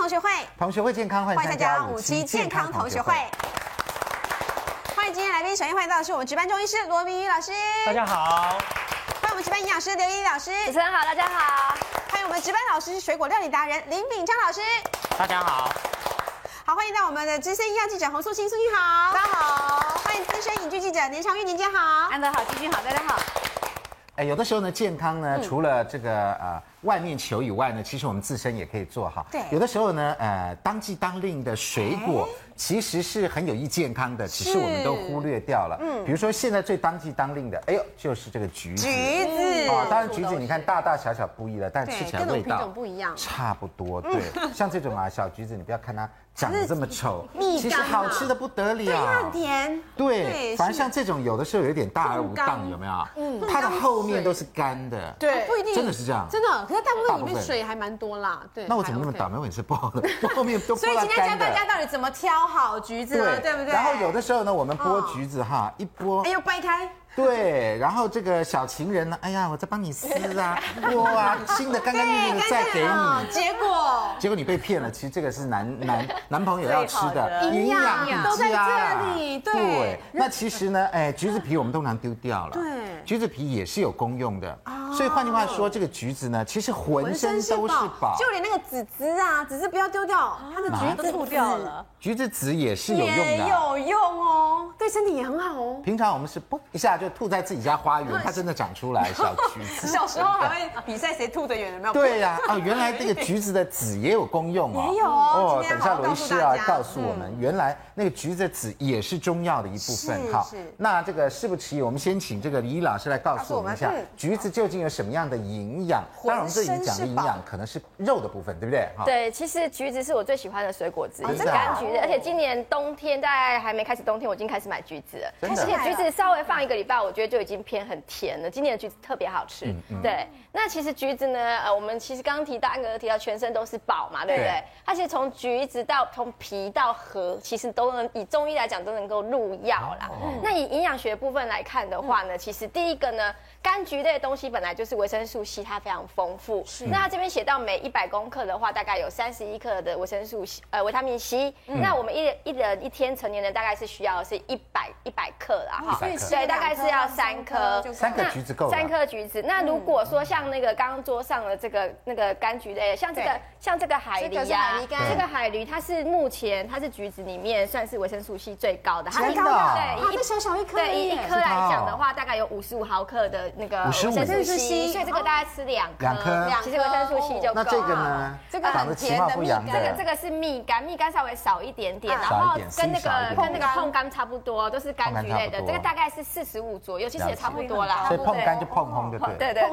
同学会健康，欢迎欢迎参参加加五五期期健健康康同同学学会会。。欢迎今天来宾，首先欢迎到的是我们值班中医师罗明宇老师，大家好，欢迎我们值班营养师刘依依老师，主持人好，大家好。欢迎我们值班老师水果料理达人林炳章老师。大家好，好，欢迎到我们的资深营养记者洪素清，素清好，大家好。欢迎资深影剧记者年长月，年姐好。安德好，君君好，大家好。哎，有的时候呢，健嗯康呢，除了这个呃外面求以外呢，其实我们自身也可以做好。对哎有的时候呢，呃，当季当令的水果其实是很有益健康的，只是我们都忽略掉了。嗯，比如说现在最当季当令的，哎呦，就是这个橘子。橘子，啊，当然橘子你看大大小小不一了，但吃起对各来种味品道种不一样嗯差不多。对，像这种啊小橘子，你不要看它长得这么丑， 蜜其实柑啊好吃的不得了。对，很甜。对，反正是像这种有的时候有一点大而无当，冻有没有？它的后面都是干的。嗯对不一定真的是这样真的。可是大部大分里部分面水还蛮多啦，对。那我怎么那么还 OK 倒霉？我也是不好的， 后面都所剥以到今天教干大家的。到底怎么挑好橘啊子了，对不对？然后有的时候呢，我们哦剥橘子哈，一剥哎，呦掰开，对，然后这个小情人呢，哎呀，我在帮你撕啊，剥 啊，新的干哎干净净的再给哦你，结果结果你被骗了。其实这个 是男男男朋友要吃的营养营都在笔记啊这里对对，那其实呢，哎，橘子皮我们通常丢掉了，对哦橘子皮也是有功用的。所以换句话说，这个橘子呢，其实浑身都是宝，就连那个籽籽啊，籽籽不要丢掉，它的嗯橘子吐掉了，橘子籽也是有用也的啊。有用哦，对身体也很好哦。平常我们是啵一下就吐在自己家花园，它真的长出来小橘 子。小时候还会比赛谁吐得远，有 没有？对呀、啊，原来这个橘子的籽也有功用哦。也有哦今天等一下好好罗医告诉师大啊家告嗯诉我们，原来那个橘子的籽也是中药的一部分。是好是，那这个事不迟疑，我们先请这个李老师来告诉我们一下告诉我嗯们，橘子究竟有什么样的营养？当然，我们这里讲的营养可能是肉的部分，对不对？哈，对，其实橘子是我最喜欢的水果之一，哦真的啊柑橘类。而且今年冬天大概还没开始冬天，我已经开始买橘子了。真的啊而且橘子稍微放一个礼拜，我觉得就已经偏很甜了。今年的橘子特别好吃。对，那其实橘子呢，呃，我们其实刚刚提到安格提到全身都是宝嘛，对不对？对它其实从橘子到从皮到核，其实都能以中医来讲都能够入药啦。那以营养学部分来看的话呢，其实第一个呢，柑橘类的东西本来就是维生素 C，它非常丰富。那它这边写到每一百公克的话，大概有三十一克的维生素 C，呃，维他命 C。那我们一人一人一天成年人大概是需要的是一百一百克啦，哈所以吃对，大概是要两三颗到颗三颗就够了，三个橘子够了三颗橘子。那如果说像那个刚刚桌上的这个那个柑橘类，像这个对像这个海这梨个是呀、海梨柑这个海梨它是目前它是橘子里面算是维生素 C 最高的，它真一的啊对，哇，一那啊小小一颗而对，以已一颗来讲的话，大概有五十五毫克的那个维55生素维生素 C， C 所以这个大概吃两颗，两颗哦其实维生素 C 就够了。那啊这个呢？这个很长得其貌不扬的，这个这个是蜜柑，蜜柑稍微少一点点，啊然少一后点跟那心少一个点跟那个碰柑差不多，都是柑橘类碰柑的。差不多这个大概是四十五左右，其实也差不多啦。所以碰对干就碰碰就对对了，对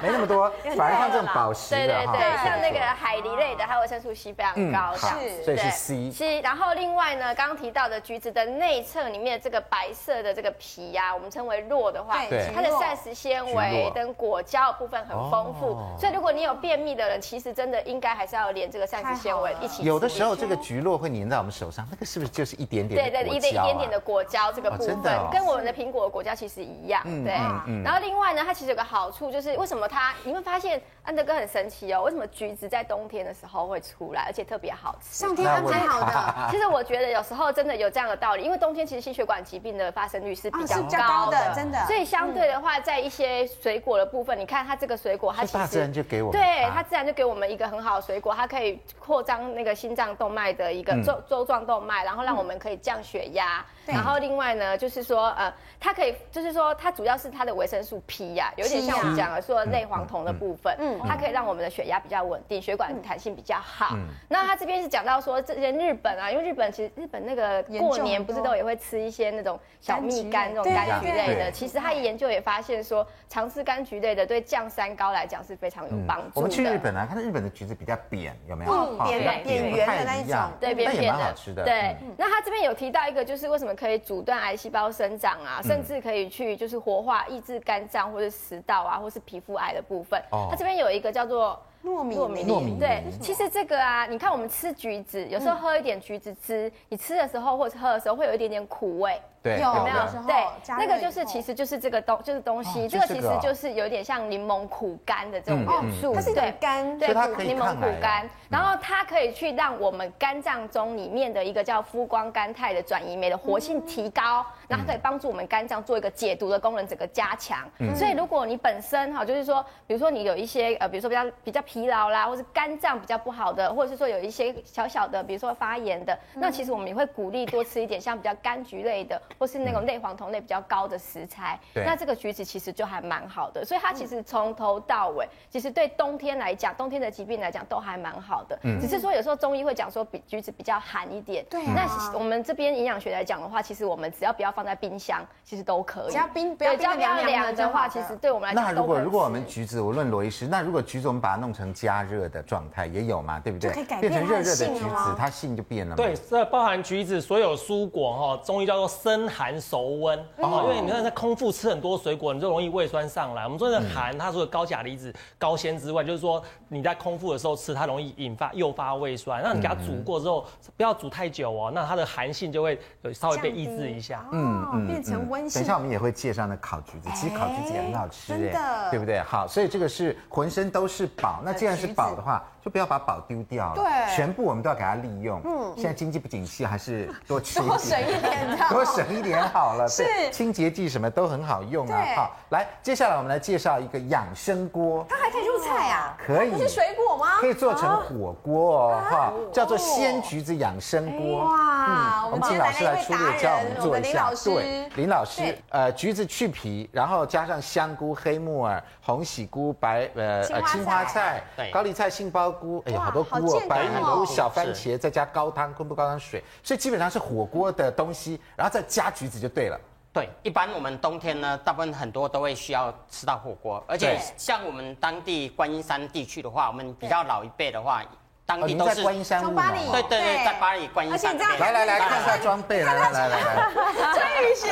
没那么多，反而像这种宝石对的对哈，对，像那不错个海梨类的，它维生素 C 非常高，嗯这样好子。所以是对 C C，然后另外呢，刚刚提到的橘子的内侧里面这个白色的这个皮呀，我们称为络的话对，它的膳食纤橘维络跟果胶部分很丰富哦，所以如果你有便秘的人，其实真的应该还是要连这个膳食纤维一起吃。啊有的时候这个橘络会粘在我们手上，那个是不是就是一点点对的对，果一点一胶啊点点的果胶这个部哦真分的哦，跟我们的苹果的果胶其实一样。对嗯嗯，然后另外呢，它其实有个好处就是，为什么它你会发现安德哥很神奇哦？为什么橘子在冬天的时候会出来，而且特别好吃？上天安排好的，啊其实我觉得有时候真的有这样的道理，因为冬天其实心血管疾病的发生率是比啊较是比较高高的嗯的，，真的。所以相对的话，在一些水果的部分，你看它这个水果，它其所以大自实然就给我们啊对它它自然就给我们一个很好的水果，它可以扩张那个心脏动脉的一个周周状动脉，然后让我们可以降血压。然后另外呢，就是说呃，它可以就是说它主要是它的维生素 P 呀，有点像我们讲的说类黄酮的部分，嗯，它可以让我们的血压比较稳定，血管弹性比较好。那它这边是讲到说这些日本啊，因为日本其实日本那个研究过很年不是多都也会吃一些那种小蜜柑柑橘类这种柑橘对类的，对其实他研究也发现说，常吃柑橘类的对降三高来讲是非常有帮助的。嗯我们去日本啊，看到日本的橘子比较扁，有没有？哦扁的扁圆的不太那一一样种对，但扁也扁蛮的，好吃的。嗯对，那他这边有提到一个，就是为什么可以阻断癌细胞生长嗯啊，甚至可以去就是活化、抑制肝脏或者食道啊，或是皮肤癌的部分。哦它这边有一个叫做。糯米泥糯米嗯泥对，其实这个啊，你看我们吃橘子，有时候喝一点橘子汁，你吃的时候或者喝的时候会有一点点苦味，对对，有有没有的时候对，加热那个以就是后其实就是这个东就是东西，哦这个就这其实个哦就是有点像柠檬苦柑的这种哦元素，它是一种对干所对以它可，以柠檬抗苦癌啊柑，然后它可以去让我们肝脏中里面的一个叫夫光甘肽的转移酶的活性提高，然嗯后它可以帮助我们肝脏做一个解毒的功能，整个加强。所以如果你本身哈，就是说，比如说你有一些呃，比如说比较比较疲劳啦，或是肝脏比较不好的，或者是说有一些小小的，比如说发炎的，那其实我们也会鼓励多吃一点像比较柑橘类的，或是那种类黄酮类比较高的食材。嗯对那这个橘子其实就还蛮好的，所以它其实从头到尾，其实对冬天来讲，冬天的疾病来讲都还蛮好的。嗯只是说有时候中医会讲说比橘子比较寒一点。对啊那其实我们这边营养学来讲的话，其实我们只要不要放在冰箱，其实都可以。只要冰不对要只冰要的不要凉凉的凉就的好话，了其实对我们来那讲都如可以果吃。如果我们橘子，我论罗医师，那如果橘子我们把它弄成加热的状态也有嘛，对不对？就可以改变变成热热它的的橘性了吗子，它性就变了嘛。对，这包含橘子，所有蔬果哈、中医叫做生寒熟温。哦，因为你看在空腹吃很多水果，你就容易胃酸上来。我们说的寒，它除了高钾离子、高纤之外，就是说你在空腹的时候吃，它容易引发诱发胃酸。那你给它煮过之后，不要煮太久哦，那它的寒性就会有稍微被抑制一下。嗯，变成温等性一下，我们也会介绍那烤橘子，其实烤橘子也很好吃，哎真的呃对不对？好，所以这个是浑身都是宝。那既然是宝的话，就不要把宝丢掉了，对全部我们都要给它利用。嗯，现在经济不景气，还是多吃一多省点。一点的，多省一点好了， 是对清洁剂什么都很好用啊对。好，来，接下来我们来介绍一个养生锅，它还可以入菜啊，可以不是水果吗？可以做成火锅哦，哈，叫做哦哎鲜橘子养生锅。嗯哇，我们请老师来出列教我们我做们一林下老。师，对，林老师对，呃，橘子去皮，然后加上香菇、黑木耳、红喜菇、白呃青花菜呃青花菜对、高丽菜、杏鲍菇，哎呦，哇好多好菇哦健，康白哦玉菇、是小番茄，再加高汤、昆布高汤水，所以基本上是火锅的东西，然后再加橘子就对了。对，一般我们冬天呢，大部分很多都会需要吃到火锅，而且对像我们当地观音山地区的话，我们比较老一辈的话，当哦，地您都在是、观音山从雾巴嘛？黎对哦对对，对在巴黎观音山而且那你边知道来来来，看一下装备，来来 来来来，穿雨鞋，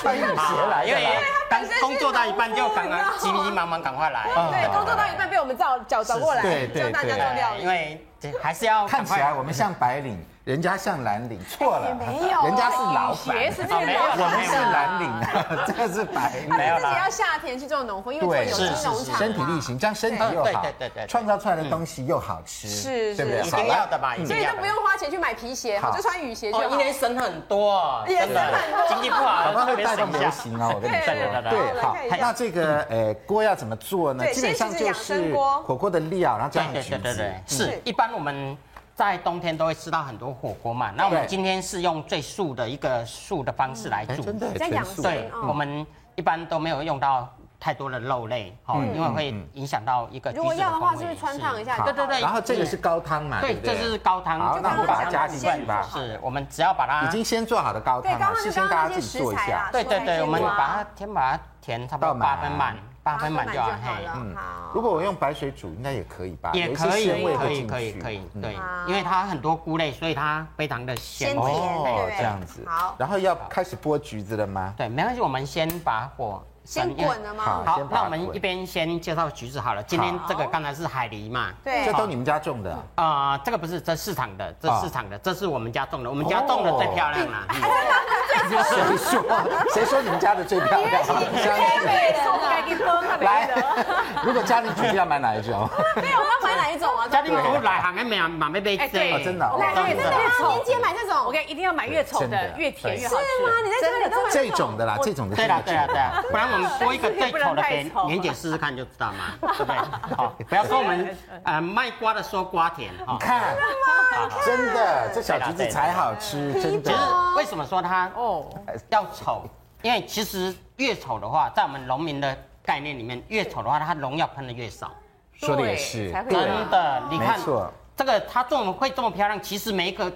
穿运鞋来啊因的为啦。刚本身是工作到一半就赶农快夫急急忙忙赶快来，啊对，工作到一半被我们找找找过来，对对教大家对做料对，因理。为这还是哦要看赶起快来我们像白领， 人家像蓝领，错了，哎没有人家是老板，鞋是哦没 有我们是蓝 领，这个是白领。没有自己啦要，夏天去做农夫，因为做对，有机农场，身体力。行，这样身体又对好，对对对对创造出来的东西又好吃，嗯是对不对？一好定了要的吧，一所定以要都的不。用花钱去买皮鞋，好我就穿雨鞋就哦，一好。年省很多，也真的省很多经济不好好吧，特会别带动省流一下。行啊！我跟你说，对对对对好我来看一下。那这个呃锅要怎么做呢？对基本上先就是养生是锅火锅的嗯料，然后加上对橘对对对子对，，是是一般我们在冬天都会吃到很多火锅嘛。那我们对今天是用最素的一个素的方式来哎，煮，真的在养全素生对，嗯我们一般都没有用到太多的肉类，哦，嗯因为会影响到一个嗯橘如子的风味。果要的话，是不是穿烫一下就好好对了？对对，然后这个是高汤嘛，对，不这是高汤，好，就那我们刚把刚它加进去先吧。是我们只要把它已经先做好的高对，汤刚了，刚事就先刚大刚家那自些己食做一材啊下啦，。对对对，我们把把它它先把它填差不到多满八分满，八分满就要嘿。好了。好嗯如果我用白水煮，应该也可以吧？也有一些可以，鲜味可会以，进可以，去可以，嗯对好，因为它很多菇类，所以它非常的鲜鲜甜味。对不哦对，这样子。好然后要开始剥橘子了吗？对，没关系，我们先把火先关因为滚了啊好吗？好先，把它那我们滚一边先介绍橘子好了。今天这个刚才是海梨嘛，对这，都你们家种 的？啊，这个不是，这市场的，这啊市场的，这是我们家种的，我们家种哦的最漂亮啦。嗯谁说？谁说你们家的最漂亮？来， 如果家里橘子要买哪一 种？没有，我要买哪一种啊？家里有来行的没有买没被哎对哦真的哦来真的越吗？丑年姐买这种，我跟你一定要买越丑真的的，越甜越对好是吗？吃。你在家里都买这种的啦，这种的对真的啦橘对子。啦对啦，不然我们多一个最丑的但是也给不能太丑年姐试试看就知道嘛，对不对？ 好，不要说我们呃卖瓜的说瓜甜哈。看，真的，这小橘子才好吃，真其实的。为什么说它哦，要丑？因为其实越丑的话，在我们农民的概念里面，越丑的话，它农药喷的越少。说的也是，才会真对的，你看没哦错，这个它这么会这么漂亮，其实每一个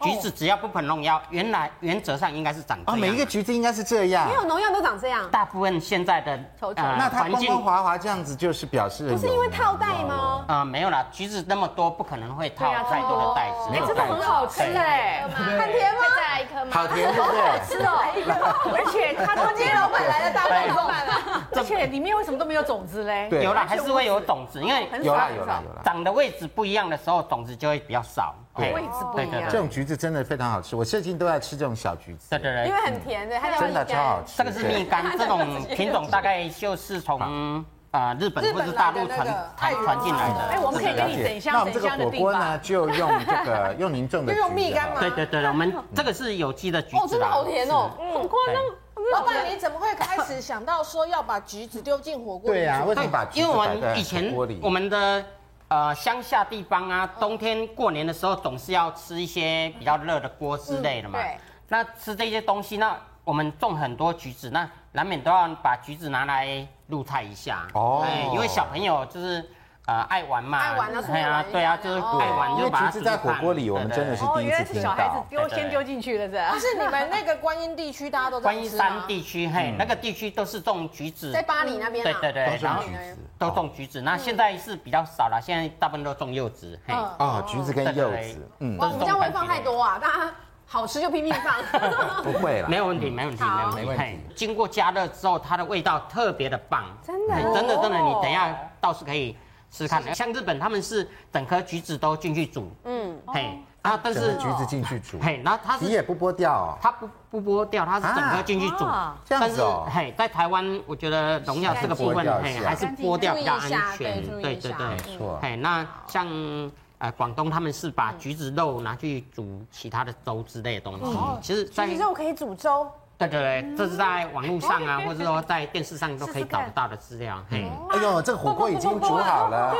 橘子只要不喷农药，原来原则上应该是长这哦，样。每一个橘子应该是这样没。有农药都长这样，大部分现在的丑丑那它环光境光滑滑这样子，就是表示不是因为套袋吗？呃没有啦，橘子那么多，不可能会套对啊太多的袋子。没有真的很好吃哎，很甜吗？再来一颗吗？好甜，对不对？是 哦，而且它都今接天了老，板来了，大胃老板了。 而且里面为什么都没有种子嘞？对有啦，还是会有种子，因为很有少啦很有少啦有啦。长的位置不一样的时候，种子就会比较少。对味质不一样这种橘子真的非常好吃，我最近都在吃这种小橘子对，对因对为，很甜的，它叫真的超好吃。这个是对蜜柑，这种品种大概就是从啊日本日或本是大来陆的传那个传爱鱼传进来的。哎，我们可以给了你解等一那下，等我们这一个下火的定锅吧呢，。就用这个 用您种的橘就子用蜜柑好了嘛对对对，我们这个是有机的橘哦，子真的啦。好甜哦！嗯，老板，你怎么会开始想到说要把橘子丢进火锅里？对呀、为什对么把橘因子为我摆在们以前火锅里？我们的呃乡下地方啊，冬天过年的时候总是要吃一些比较热的锅之类的嘛。嗯对那吃这些东西，那我们种很多橘子，那难免都要把橘子拿来入菜一下。哦哎因为小朋友就是。呃，爱玩嘛，爱玩啊对啊，出去对玩一下啊，就是哦爱玩因就为把它橘子在火锅里，煮我饭们真的是哦，第一原来次是听小孩子到。丢先丢进去了，是吧不？是你们那个观音地区大家都啊这观样音吃啊啊吗山地区，嘿，那个地区都是种橘子，在巴黎那边对啊。对对嗯都，种然后橘子，都种橘子。那现在是比较少了，现在大部分都种柚子，嘿，哦嗯哦，橘子跟柚子，嗯，哇，我们这样会放太多啊，大家好吃就拼命 放。不会啦没。有问题，没问题，没有问题。没问题嘿经过加热之后，它的味道特别的棒，真的嘿哦哎真的，真的，你等一下倒是可以试试看的。像日本他们是整颗橘子都进去煮，嗯，嘿，啊，但整个是橘子进去煮，嘿，然后它皮也是不剥掉哦。它不不剥掉，它是整颗进去煮啊。这样但子是哦嘿，在台湾我觉得荣耀这个部干净分，一嘿，下还是剥掉比较安全干净，对一对下对对。没错，哎，那像呃广东他们是把橘子肉拿去煮其他的粥之类的东西，其实在橘子肉可以煮粥，对对对，这是在网络上啊，或者说在电视上都可以找得到的资料。嘿，哎呦，这个火锅已经煮好了，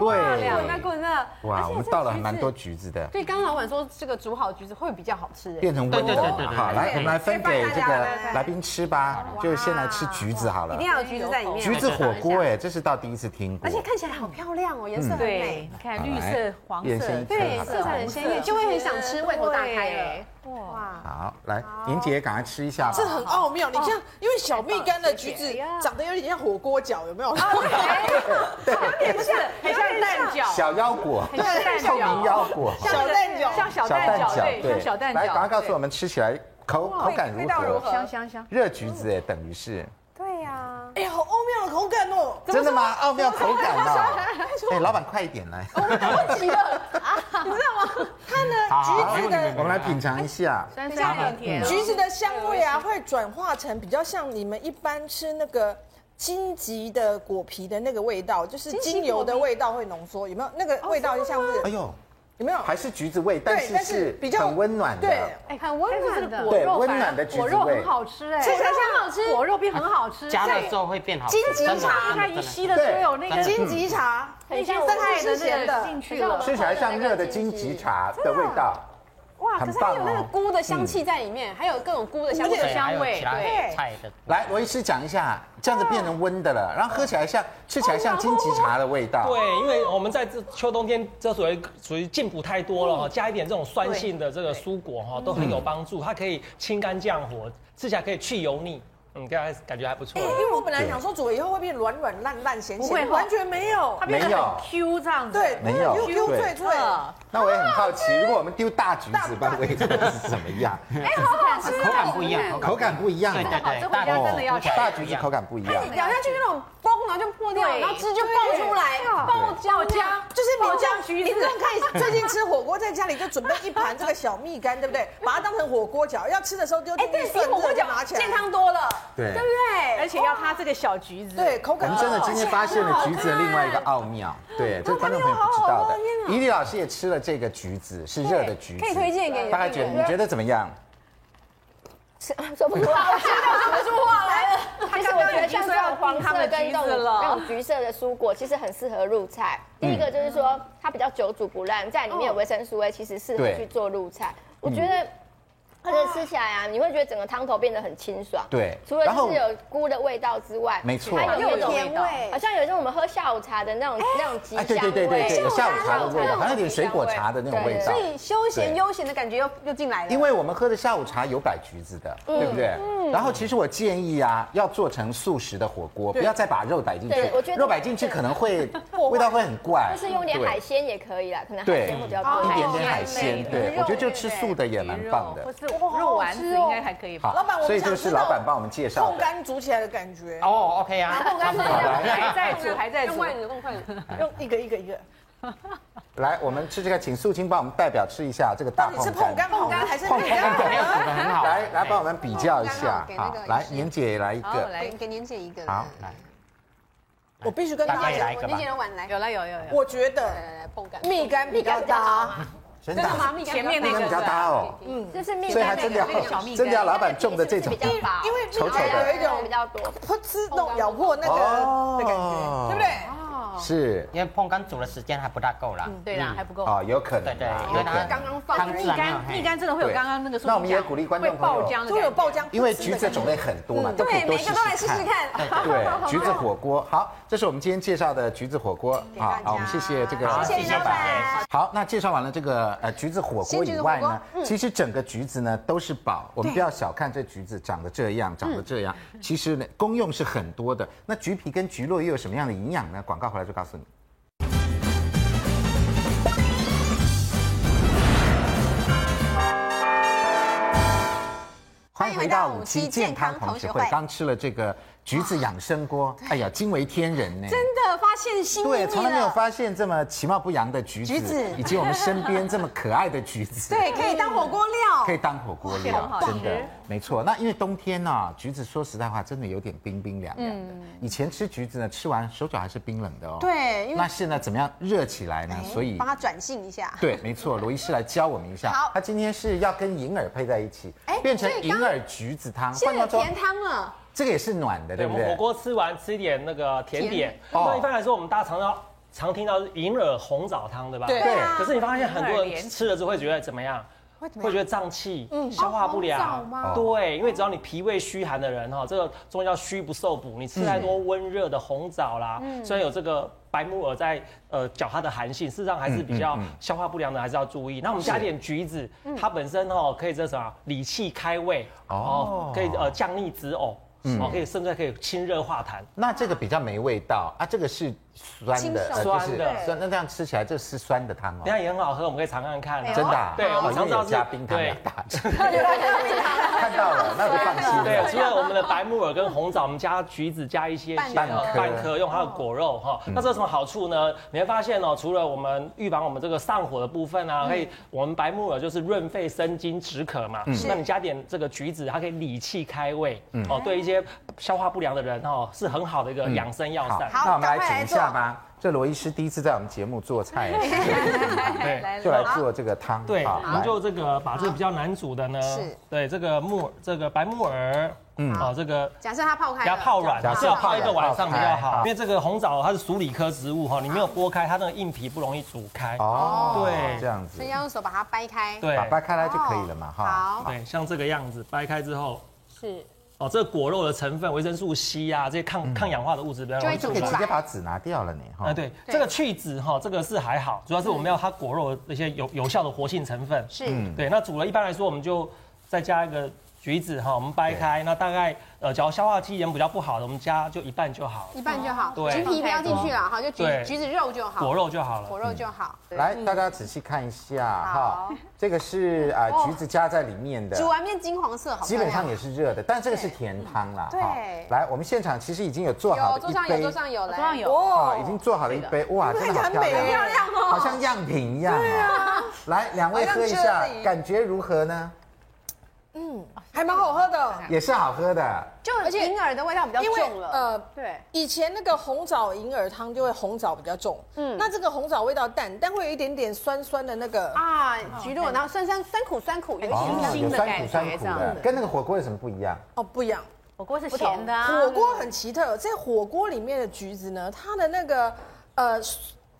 哇两个对，滚了。哇，而且我们这倒了橘子蛮多。橘子的，对，刚刚老板说这个煮好橘子会比较好吃哎。变成温对柔对对对了。对好，来，我们来分给这给大家个来来来宾吃吧，就先来吃橘子好了一定。要有橘子在里面。橘子火锅，哎，这是到第一次听过而且。看起来好漂亮哦，颜嗯色很对美，，你看好绿来色、黄眼神色一，对，看好色彩很鲜艳，就会很想吃，胃口大开了。哇，好，来，莹姐赶快吃一下吧。这很奥妙。你哦像，因为小蜜柑的橘子哎呀长得有点像火锅脚，有没有？不是很像哦蛋饺，小腰果，很像蛋透明饺，腰果，小蛋饺像小蛋饺，对，像小蛋饺。来，赶快告诉我们，们吃起来口口感如何？香香香。热橘子哎，等于是对呀，哎，好奥妙的口感哦。真的吗？奥妙口感啊！ 哎，老板快一点来，好，橘子的 我们来品尝一下。酸酸甜甜，嗯橘子的香味啊，会转化成比较像你们一般吃那个荆棘的果皮的那个味道，就是精油的味道会浓缩，有没有？那个味哦道就像哎是呦，有没有？还是橘子味，但是但是是比较很温暖的。对哎，很温暖的对温暖的橘子果肉味很好吃哎，吃起来像好吃果肉变很好吃，加热之后会变好吃。金桔真的茶真它的真一的吸了都有那个嗯荆棘茶，很像但它也是咸那个的。进去了。吃起来像热的荆棘茶的味道。哇，可很是棒还哦有那个菇的香气在里面，还有各种菇的香而味且。对还有香味其他对菜的。来，罗医师讲一下，这样子变成温的了，然后喝起来像吃起来像荆棘茶的味道。对，因为我们在这秋冬天，这属于属于进补太多了哈，加一点这种酸性的这个蔬果哈，都很有帮助。它可以清肝降火，吃起来可以去油腻，嗯，感觉感觉还不错哎，。因为我本来想说煮了以后会变软软烂烂咸不会咸，哦完全没有它。变得没有很 Q 这样子，对，没有又 Q 对脆脆，嗯那我也很好奇，如果我们丢大橘子，把味道是怎么样？口感不一样，口感口感不一样对对哦。对，大家真的要口感大不橘一子样口感不一样。哎哎咬下去那种崩，然后就破掉，对然后汁就爆出来，爆爆浆就是你们爆这样浆，橘子你这样哦 可以最近吃火锅，在家里就准备一盘这个小蜜柑，对 不对？把它当成火锅饺，要吃的时候丢进哎，去对，比涮火热锅就拿饺起来健。康多了，对对不对？而且要它这个小橘子，对，，口我感们真的今天发现了橘子的另外一个奥妙，对，这观众朋友不知道的。伊丽老师也吃了这个橘子，是热的橘子，可以推荐给你的大概觉得病你人觉得怎么样？说不出话，我吃到说不出话来了。其实我觉得像这种黄他色们的橘跟子这种了那种橘色的蔬果，其实很适合入菜。第一个就是说它比较久煮不烂，在里面有维生素 A，其实适合对去做入菜。我觉得。而且吃起来啊，你会觉得整个汤头变得很清爽。对除了然后就是有菇的味道之外，没错它有那种又有甜味好像有一种我们喝下午茶的那种那种吉哎，祥对对对对味。对，有下午茶的下味道，还有点水果茶的那种味道所。以休闲对悠闲的感觉又又进来了。因为我们喝的下午茶有摆橘子的，对不对？然后其实我建议啊，要做成素食的火锅，不要再把肉摆进去对我觉。得肉摆进去可能会味道会很怪，就是用点对海鲜也可以啦，可能海对鲜会比较一多。点点海海鲜，鲜对鱼我肉觉得就吃素的也蛮棒或的。是肉丸子哦应该还可以吧？老板我们所以这个想是知道老板帮我们介绍控的。干煮起来的感觉，哦，OK 啊，我刚才好来还在煮，还在煮用，筷子，用筷子，用一个一个一个。来，我们吃这个，请素清帮我们代表吃一下这个到大底是碰碰干干。好呢，还是碰饼干干好好没有呢？煮的很好。来来，帮我们比较一碰干下好给那啊个！来也，是宁姐也来一好个，来给给年姐一个。好，来，我必须跟大大家概讲来，我年姐的碗来，呃有了有有有，我觉得来来来，碰感。蜜干比较搭，真真的吗？的，蜜柑前面那个比较搭哦，嗯，这是蜜所以柑还真的要那个小蜜柑真的要老板种的这种是不是比较薄因为蜜丑丑柑的有一比种较多。噗呲弄咬破那哦个的感觉，对不对？哦是因为碰干煮的时间还不大够啦。对啦，还不够。啊，有可能对对啊，，因有为可它能。刚放汤蜜自然好柑，嘿蜜柑真的会有刚刚那个树对那我们也鼓励观众会朋友爆浆的感觉，就有爆浆，因为橘子的种类很多嘛，都可以多每个都来试试看。 嗯对，橘子火锅。好，这是我们今天介绍的橘子火锅。好，好，我们谢谢这个，好谢谢老板。好，那介绍完了这个呃橘子火锅嗯以外呢，其实整个橘子呢都是宝，我们不要小看这橘子长得这样，长得这样，其实呢功用是很多的。那橘皮跟橘络又有什么样的营养呢？广告回来就告诉你。欢迎回到五期健康同学会。刚吃了这个橘子养生锅，哎呀，惊为天人呢！真的发现新秘密对，了。从来没有发现这么其貌不扬的橘子，橘子以及我们身边这么可爱的橘子。对，可以当火锅料可。以当火锅料很，好吃真的没错。那因为冬天呢、橘子说实在话，真的有点冰冰凉凉的。以前吃橘子呢，吃完手脚还是冰冷的哦。对因为那现在怎么样热起来呢？所以帮它转性一下。对，没错，罗医师来教我们一下。好他今天是要跟银耳配在一起哎，变成所以银刚耳橘子汤。现在有换句话甜说，汤了，这个也是暖的，对，对我不们火对？锅吃完吃一点那个甜点甜。哦那一般来说，我们大家常到常听到银耳红枣汤，对吧？啊对对啊可是你发现很多银耳莲人吃了之后会觉得怎么样？会怎么会样？觉得胀气，消化不哦良红枣吗，对，因为只要你脾胃虚寒的人哈，哦这个中医叫虚不受补，你吃太多温热的红枣啦，嗯虽然有这个白木耳在呃搅它的寒性，事实上还是比较嗯嗯嗯消化不良的，还是要注意。那我们加点橘子，嗯它本身哈可以这什么理气开胃哦嗯哦，可以呃降逆止呕，哦可以甚至可以清热化痰。那这个比较没味道啊，这个是酸清的，呃爽就是酸的酸。那这样吃起来，这是酸的汤哦等一。下也很好喝，我们可以尝看看哎啊。真的、啊，对，我好们像常常有是加冰糖要 打，看到了，那我就放心对，除了。了我们的白木耳跟红枣，我们加橘子，加一些半颗嗯呃半颗，用它的果肉哈。那这有什么好处呢？你会发现哦，除了我们预防我们这个上火的部分嗯啊，可以我们白木耳就是润肺生津止渴嘛。嗯那你加点这个橘子，它可以理气开胃哦，对一些消化不良的人哦是很好的一个养生药好膳，。那我们赶来快请来一做下吧。这罗医师第一次在我们节目 做菜，对。就来做这个汤。对，好我们就这个把这个比较难煮的呢是，对这个木耳这个白木耳，嗯，好这个假设它泡开了，给它泡软，假设是要泡一个晚上比较泡软好，因为这个红枣它是属理科植物哈，你没有剥开，它那个硬皮不容易煮开。哦，对这样子所，以要用手把它掰开。对把掰开来就可以了嘛，哈。好对，像这个样子掰开之后，是哦，这个果肉的成分维生素 C 啊，这些嗯抗抗氧化的物质比较容易就会出可以煮来出。直接把籽拿掉了呢，哈啊，对，这个去籽哈，这个是还好，主要是我们要它果肉的那些有有效的活性成分。是嗯对，那煮了一般来说，我们就再加一个橘子哈，我们掰开，那大概呃，假如消化机能比较不好的，我们加就一半就好了，一半就好，对橘皮不要进去了，好就橘对橘子肉就好，果肉就好了。果肉就好。嗯来，大家仔细看一下哈嗯好，哦这个是啊橘子加在里面的，煮完变金黄色，好基漂本亮上。也是热的，但这个是甜汤啦。对哈来，我们现场其实已经有做好有的桌一上有杯桌上有，桌来上有啊，哦已经做好了一杯，哇，真的好看起漂来亮，很美耶漂亮哦好像样品一样哦。来，两位喝一好像下啫喱，感觉如何呢？还蛮好喝的。也是好喝的，就而且银耳的味道比较因为重了，呃，对，以前那个红枣银耳汤就会红枣比较重，嗯，那这个红枣味道淡，但会有一点点酸酸的那个，啊，橘络，然后酸酸酸苦酸苦，有一点清哦有新的酸感苦觉酸苦这样的子，跟那个火锅有什么不一样？哦，不一样。火锅是咸的啊，火锅很奇特，在火锅里面的橘子呢，它的那个呃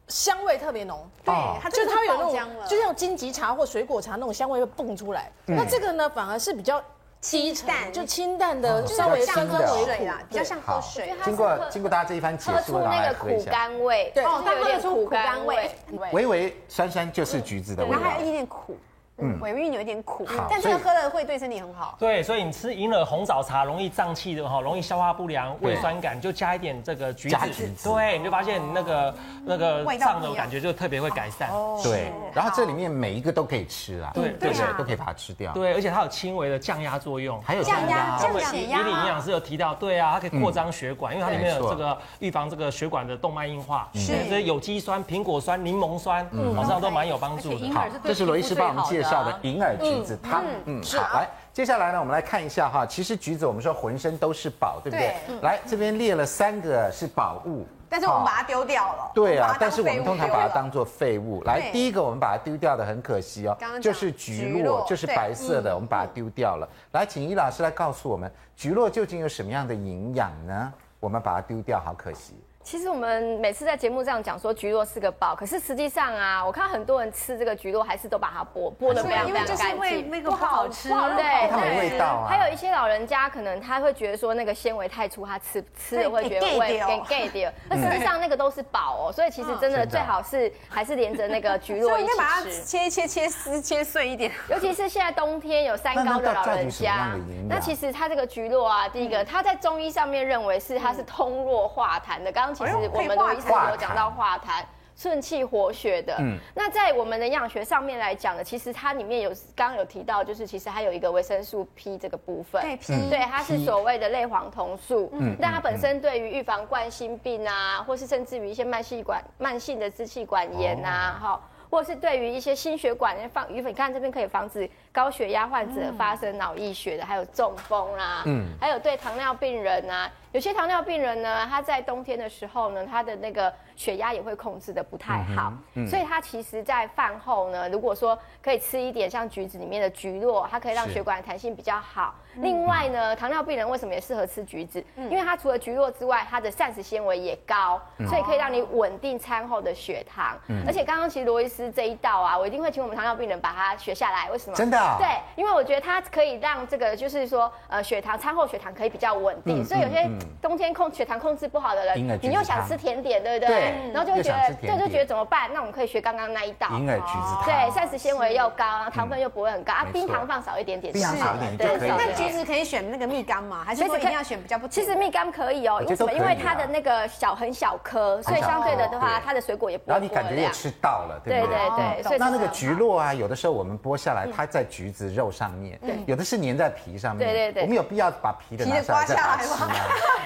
香味特别浓，对它就是真的它会有爆那浆种了就像金桔茶或水果茶那种香味会蹦出来。嗯那这个呢，反而是比较清低沉淡，就就清淡的，就稍哦微比较酸像清淡酸喝微水苦啦，比较像喝水。经过经过大家这一番解喝说，出让大那家个喝一苦下。甘味，对就是有哦它喝点出苦甘味味。微微酸酸就是橘子的味然后还有一道，点点苦，嗯尾韵有一点苦好，但这个所以喝了会对身体很好。对，所以你吃银耳红枣茶容易胀气的哈，容易消化不良、对胃酸感，你就加一点这个橘子，加橘子对，你就发现你那个那个哦味道不胀一样哦的感觉就特别会改善。对，然后这里面每一个都可以吃啦，对对不对啊对？都可以把它吃掉。，对，而且它有轻微的降压作用。还有降压它降会血以压李营养师有提到，对啊，它可以扩张血管，因为它里面嗯没有错这个预防这个血管的动脉硬化，是所以有机酸、苹果酸、柠檬酸，嗯好像都蛮有帮助而且的银。好耳是，对这是罗医师帮我们介皮肤绍最好的的银耳橘子汤。嗯，啊好，来，接下来呢，我们来看一下哈，其实橘子我们说浑身都是宝，对不对对？来，这边列了三个是宝物，但是我们好把它丢掉了。对把啊它，当但是我废们物通常丢把它了当做废物。来对，第一个我们把它丢掉的很可惜哦刚刚，就讲是橘橘络络，就是对嗯白色的，我们把它丢掉了。来，请易老师来告诉我们，橘络究竟有什么样的营养呢？我们把它丢掉，好可惜。其实我们每次在节目这样讲说菊络是个宝，可是实际上啊，我看很多人吃这个菊络还是都把它剥剥的非常因非为常就是干为净，那个不好吃，对它没味道哦啊还有一些老人家可能他会觉得说那个纤维太粗，他吃吃了会觉得给胃 gay 掉给 gay 掉，那事实上那个都是宝哦，所以其实真啊的真的最好是还是连着那个菊所络以一应该把它起吃。切一切切丝切碎一点。尤其是现在冬天有三高的老人家，那其实它这个菊络啊，第一个它在中医上面认为是它是通络化痰的。刚刚其实我们罗医师有讲到化痰。顺气活血的，嗯那在我们的营养学上面来讲呢，其实它里面有刚刚有提到，就是其实还有一个维生素 P 这个部分，对 P 嗯对，它是所谓的类黄酮素，嗯那它本身对于预防冠心病啊，或是甚至于一些慢性管慢性的支气管炎哦啊，哈、或是对于一些心血管放鱼粉，你看这边可以防止高血压患者发生脑溢血的，还有中风啦、嗯还有对糖尿病人啊，有些糖尿病人呢，他在冬天的时候呢，他的那个血压也会控制的不太嗯好，所以他其实在饭后呢，如果说可以吃一点像橘子里面的橘络，它可以让是嗯血管弹性比较好。另外呢，糖尿病人为什么也适合吃橘子？因为它除了橘络之外，它的膳食纤维也高，嗯所以可以让你稳定餐后的血糖。而且刚刚其实罗医师这一道啊，我一定会请我们糖尿病人把它学下来，为什么？真的啊对，因为我觉得它可以让这个就是说，呃，血糖餐后血糖可以比较稳定，嗯所以有些嗯嗯冬天控血糖控制不好的银耳人，橘你子又想汤吃甜点，对不对？对然后就会觉又想吃得，甜点对，就觉得怎么办？那我们可以学刚刚那一道，银耳橘子汤，对，膳食纤维又高，然后糖分又不会很高，啊嗯没，错冰糖放少一点点，冰糖少一点对就可以了对那对橘子可以选那个蜜柑吗？还是其实说可一定要选比较不其甜的？实蜜柑可以哦，因为什么？我觉得都可以啊因为它的那个小很小颗，所以相对的很小的话颗，它的水果也不然会后你感觉也吃到了，过量，对不对对？哦对对，所以那其那实个橘络啊，有的时候我们剥下嗯来，它在橘子肉上面，有的是粘在皮上面。对对对我们有必要把皮的皮的拿下来刮再下把它来吃吗吗？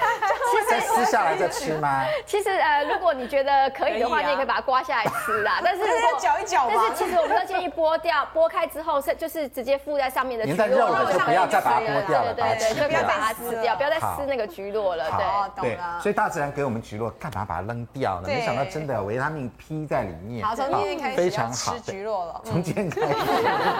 再撕下来再吃吗？其实呃，如果你觉得可以的话，可以啊你也可以把它刮下来吃啦。但是如果但是要搅一搅吧但是其实我们都建议剥掉，剥开之后是就是直接附在上面的粘橘在肉络的就不要再把它剥掉了，对把它对吃对，就不要掉。把它撕掉，不要再好撕那个橘络了。对。好，懂了所以大自然给我们橘络，干嘛把它扔掉呢？对没想到真的有维他命 P 在里面，好，从今天开始非要常好吃。嗯橘络了。从今天开始，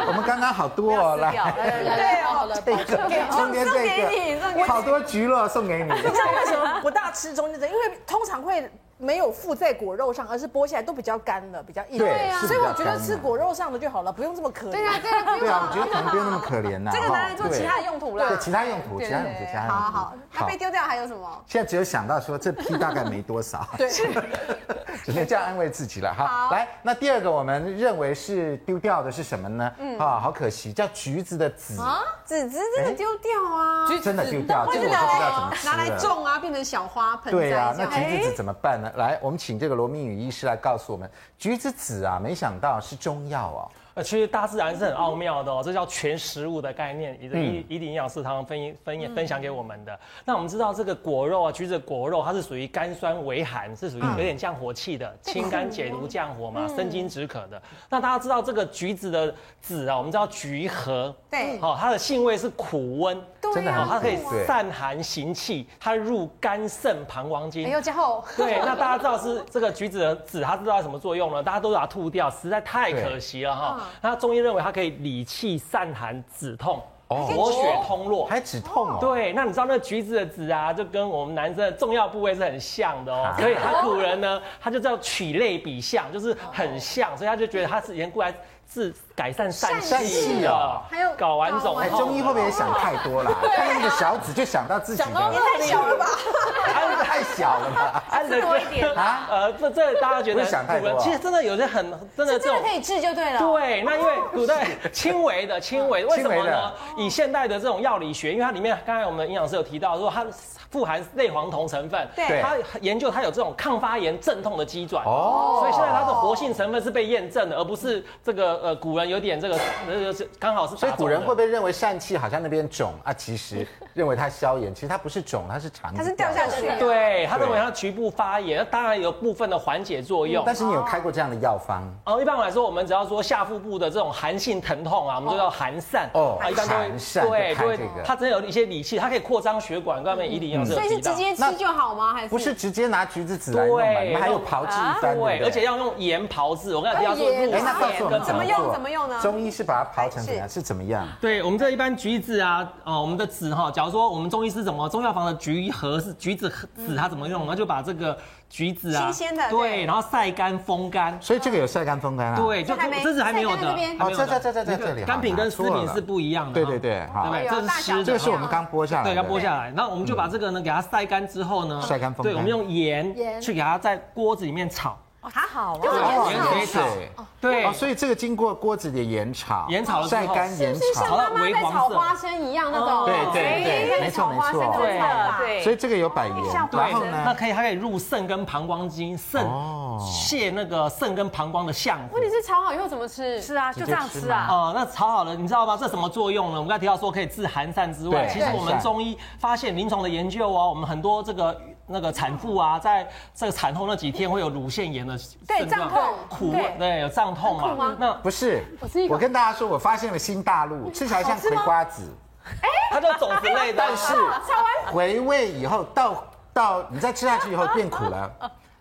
我们刚刚好多哦， 来 对哦，这个 中间这个，好多橘络送给你。你知道为什么不大吃中间这？因为通常会没有附在果肉上，而是剥下来都比较干了，比较硬。对啊是比较所以我觉干得的吃果肉上的就好了，不用这么可怜。对啊，对啊，对啊，我觉得可能不用那么可怜呐。这个拿来做哈对其他的用途啦对，其他用途，对其他用途，对其他用途。好好好，那被丢掉还有什么？现在只有想到说这批大概没 多少，对， 只能这样安慰自己了哈。来，那第二个我们认为是丢掉的是什么呢？嗯啊，好可惜，叫橘子的籽，啊籽籽真的丢掉啊，真的丢掉，或哎这者个我拿都不知道怎来么吃拿来了。种啊，变成小花盆栽对这啊样，。哎那橘子籽怎么办呢？来，我们请这个罗明宇医师来告诉我们，橘子籽啊，没想到是中药哦。呃，其实大自然嗯是很奥妙的哦，这叫全食物的概念，以及嗯以以营养师堂分分分享给我嗯们的。那我们知道这个果肉啊，橘子果肉它是属于甘酸微寒，是属嗯于有点降火气的，清肝解毒降火嘛，生津止渴的。那大家知道这个橘子的籽啊，我们知道橘核，对啊好，它的性味是苦温，真的很好，它可以苦对散寒行气，它入肝肾膀胱经哎。呦，加厚，对，那大家知道是这个橘子的籽，它知道它什么作用呢？大家都把它吐掉，实在太可惜了哈。那中医认为它可以理气散寒、止痛、哦活血通络。还止痛哦。对，那你知道那橘子的籽啊，就跟我们男生的重要部位是很像的哦啊，所以他古人呢， 他就叫取类比象，就是很像，所以他就觉得他是研过来治改善疝疝气气哦的，还有睾丸肿哎，痛。 中医会不会也想太多了？看那个小籽就想到自己的，太小了吧？啊哎太小了吧？哎还是多一点啦。啊，呃，这这大家觉得不是想太多啊其实真的有些很真的这这真种的可以治就对了。对，那因为 古代轻微的轻微，为什么啊轻微呢的？以现代的这种药理学，因为它里面刚才我们营养师有提到说它富含类黄酮成分，对它研究它有这种抗发炎、镇痛的机转。哦所以现在它的活性成分是被验证的，而不是这个呃古人有点这个呃是刚好是所以打古中人的会不会认为疝气好像那边肿啊？其实认为它消炎，其实它不是肿，它是肠子它是掉下去的对，它认为对嗯它局部发炎，那当然有部分的缓解作用。但是你有开过这样的药方？哦，一般来说，我们只要说下腹部的这种寒性疼痛啊，我们就叫寒散。哦啊一般都会寒散对，就看对这个嗯它真的有一些理气，它可以扩张血管，刚才伊林老师有哎所以是提到直。接吃就好吗？还是不是？直接拿橘子籽来弄嘛？对你们还有炮制一番，对对，不对而且要用盐炮制。我刚才提到说入哎，那告诉我们怎么怎么做用怎么用呢中医是把它刨成怎样？是怎么样？对我们这一般橘子啊，哦，我们的籽哈，假如说我们中医是怎么中药房的橘核是橘子核籽，它怎么用？然后就把这个橘子啊，新鲜的对对，然后晒干风干，所以这个有晒干风干啊？，对，就这还没这是还没有晒干的在这边，还没有哦的这这这这这这里干品好跟拿食错了品是不一样的，对对对哈好对不对？哎呦这是大小湿的，这个是我们刚剥下来的，对，要剥下来。那我们就把这个呢，给它晒干之后呢，嗯晒干风干对，我们用盐盐去给它在锅子里面炒，还好啊，哦盐水炒，对哦，，所以这个经过锅子里的盐炒，盐炒了之后晒干盐是像炒，妈妈在炒花生一样那种，哦对对对，哎没错炒没花生错，的炒法。所以这个有百盐，像对然后，那呢？可以，它可以入肾跟膀胱经，肾哦泻那个肾跟膀胱的相火问。题是炒好以后怎么吃？是啊，就这样吃啊。哦、那炒好了，你知道吗？这什么作用呢？我们刚才提到说可以治寒散之外，对其实我寒们散中医发现临床的研究哦，我们很多这个那个产妇啊，在这个产后那几天会有乳腺炎的症状胀痛苦对对，有胀痛很苦啊嘛吗。那不是我吃一，口我跟大家说，我发现了新大陆，吃起来像葵瓜子，它叫种子类的，啊但是回味以后，到到你再吃下去以后变苦哦了，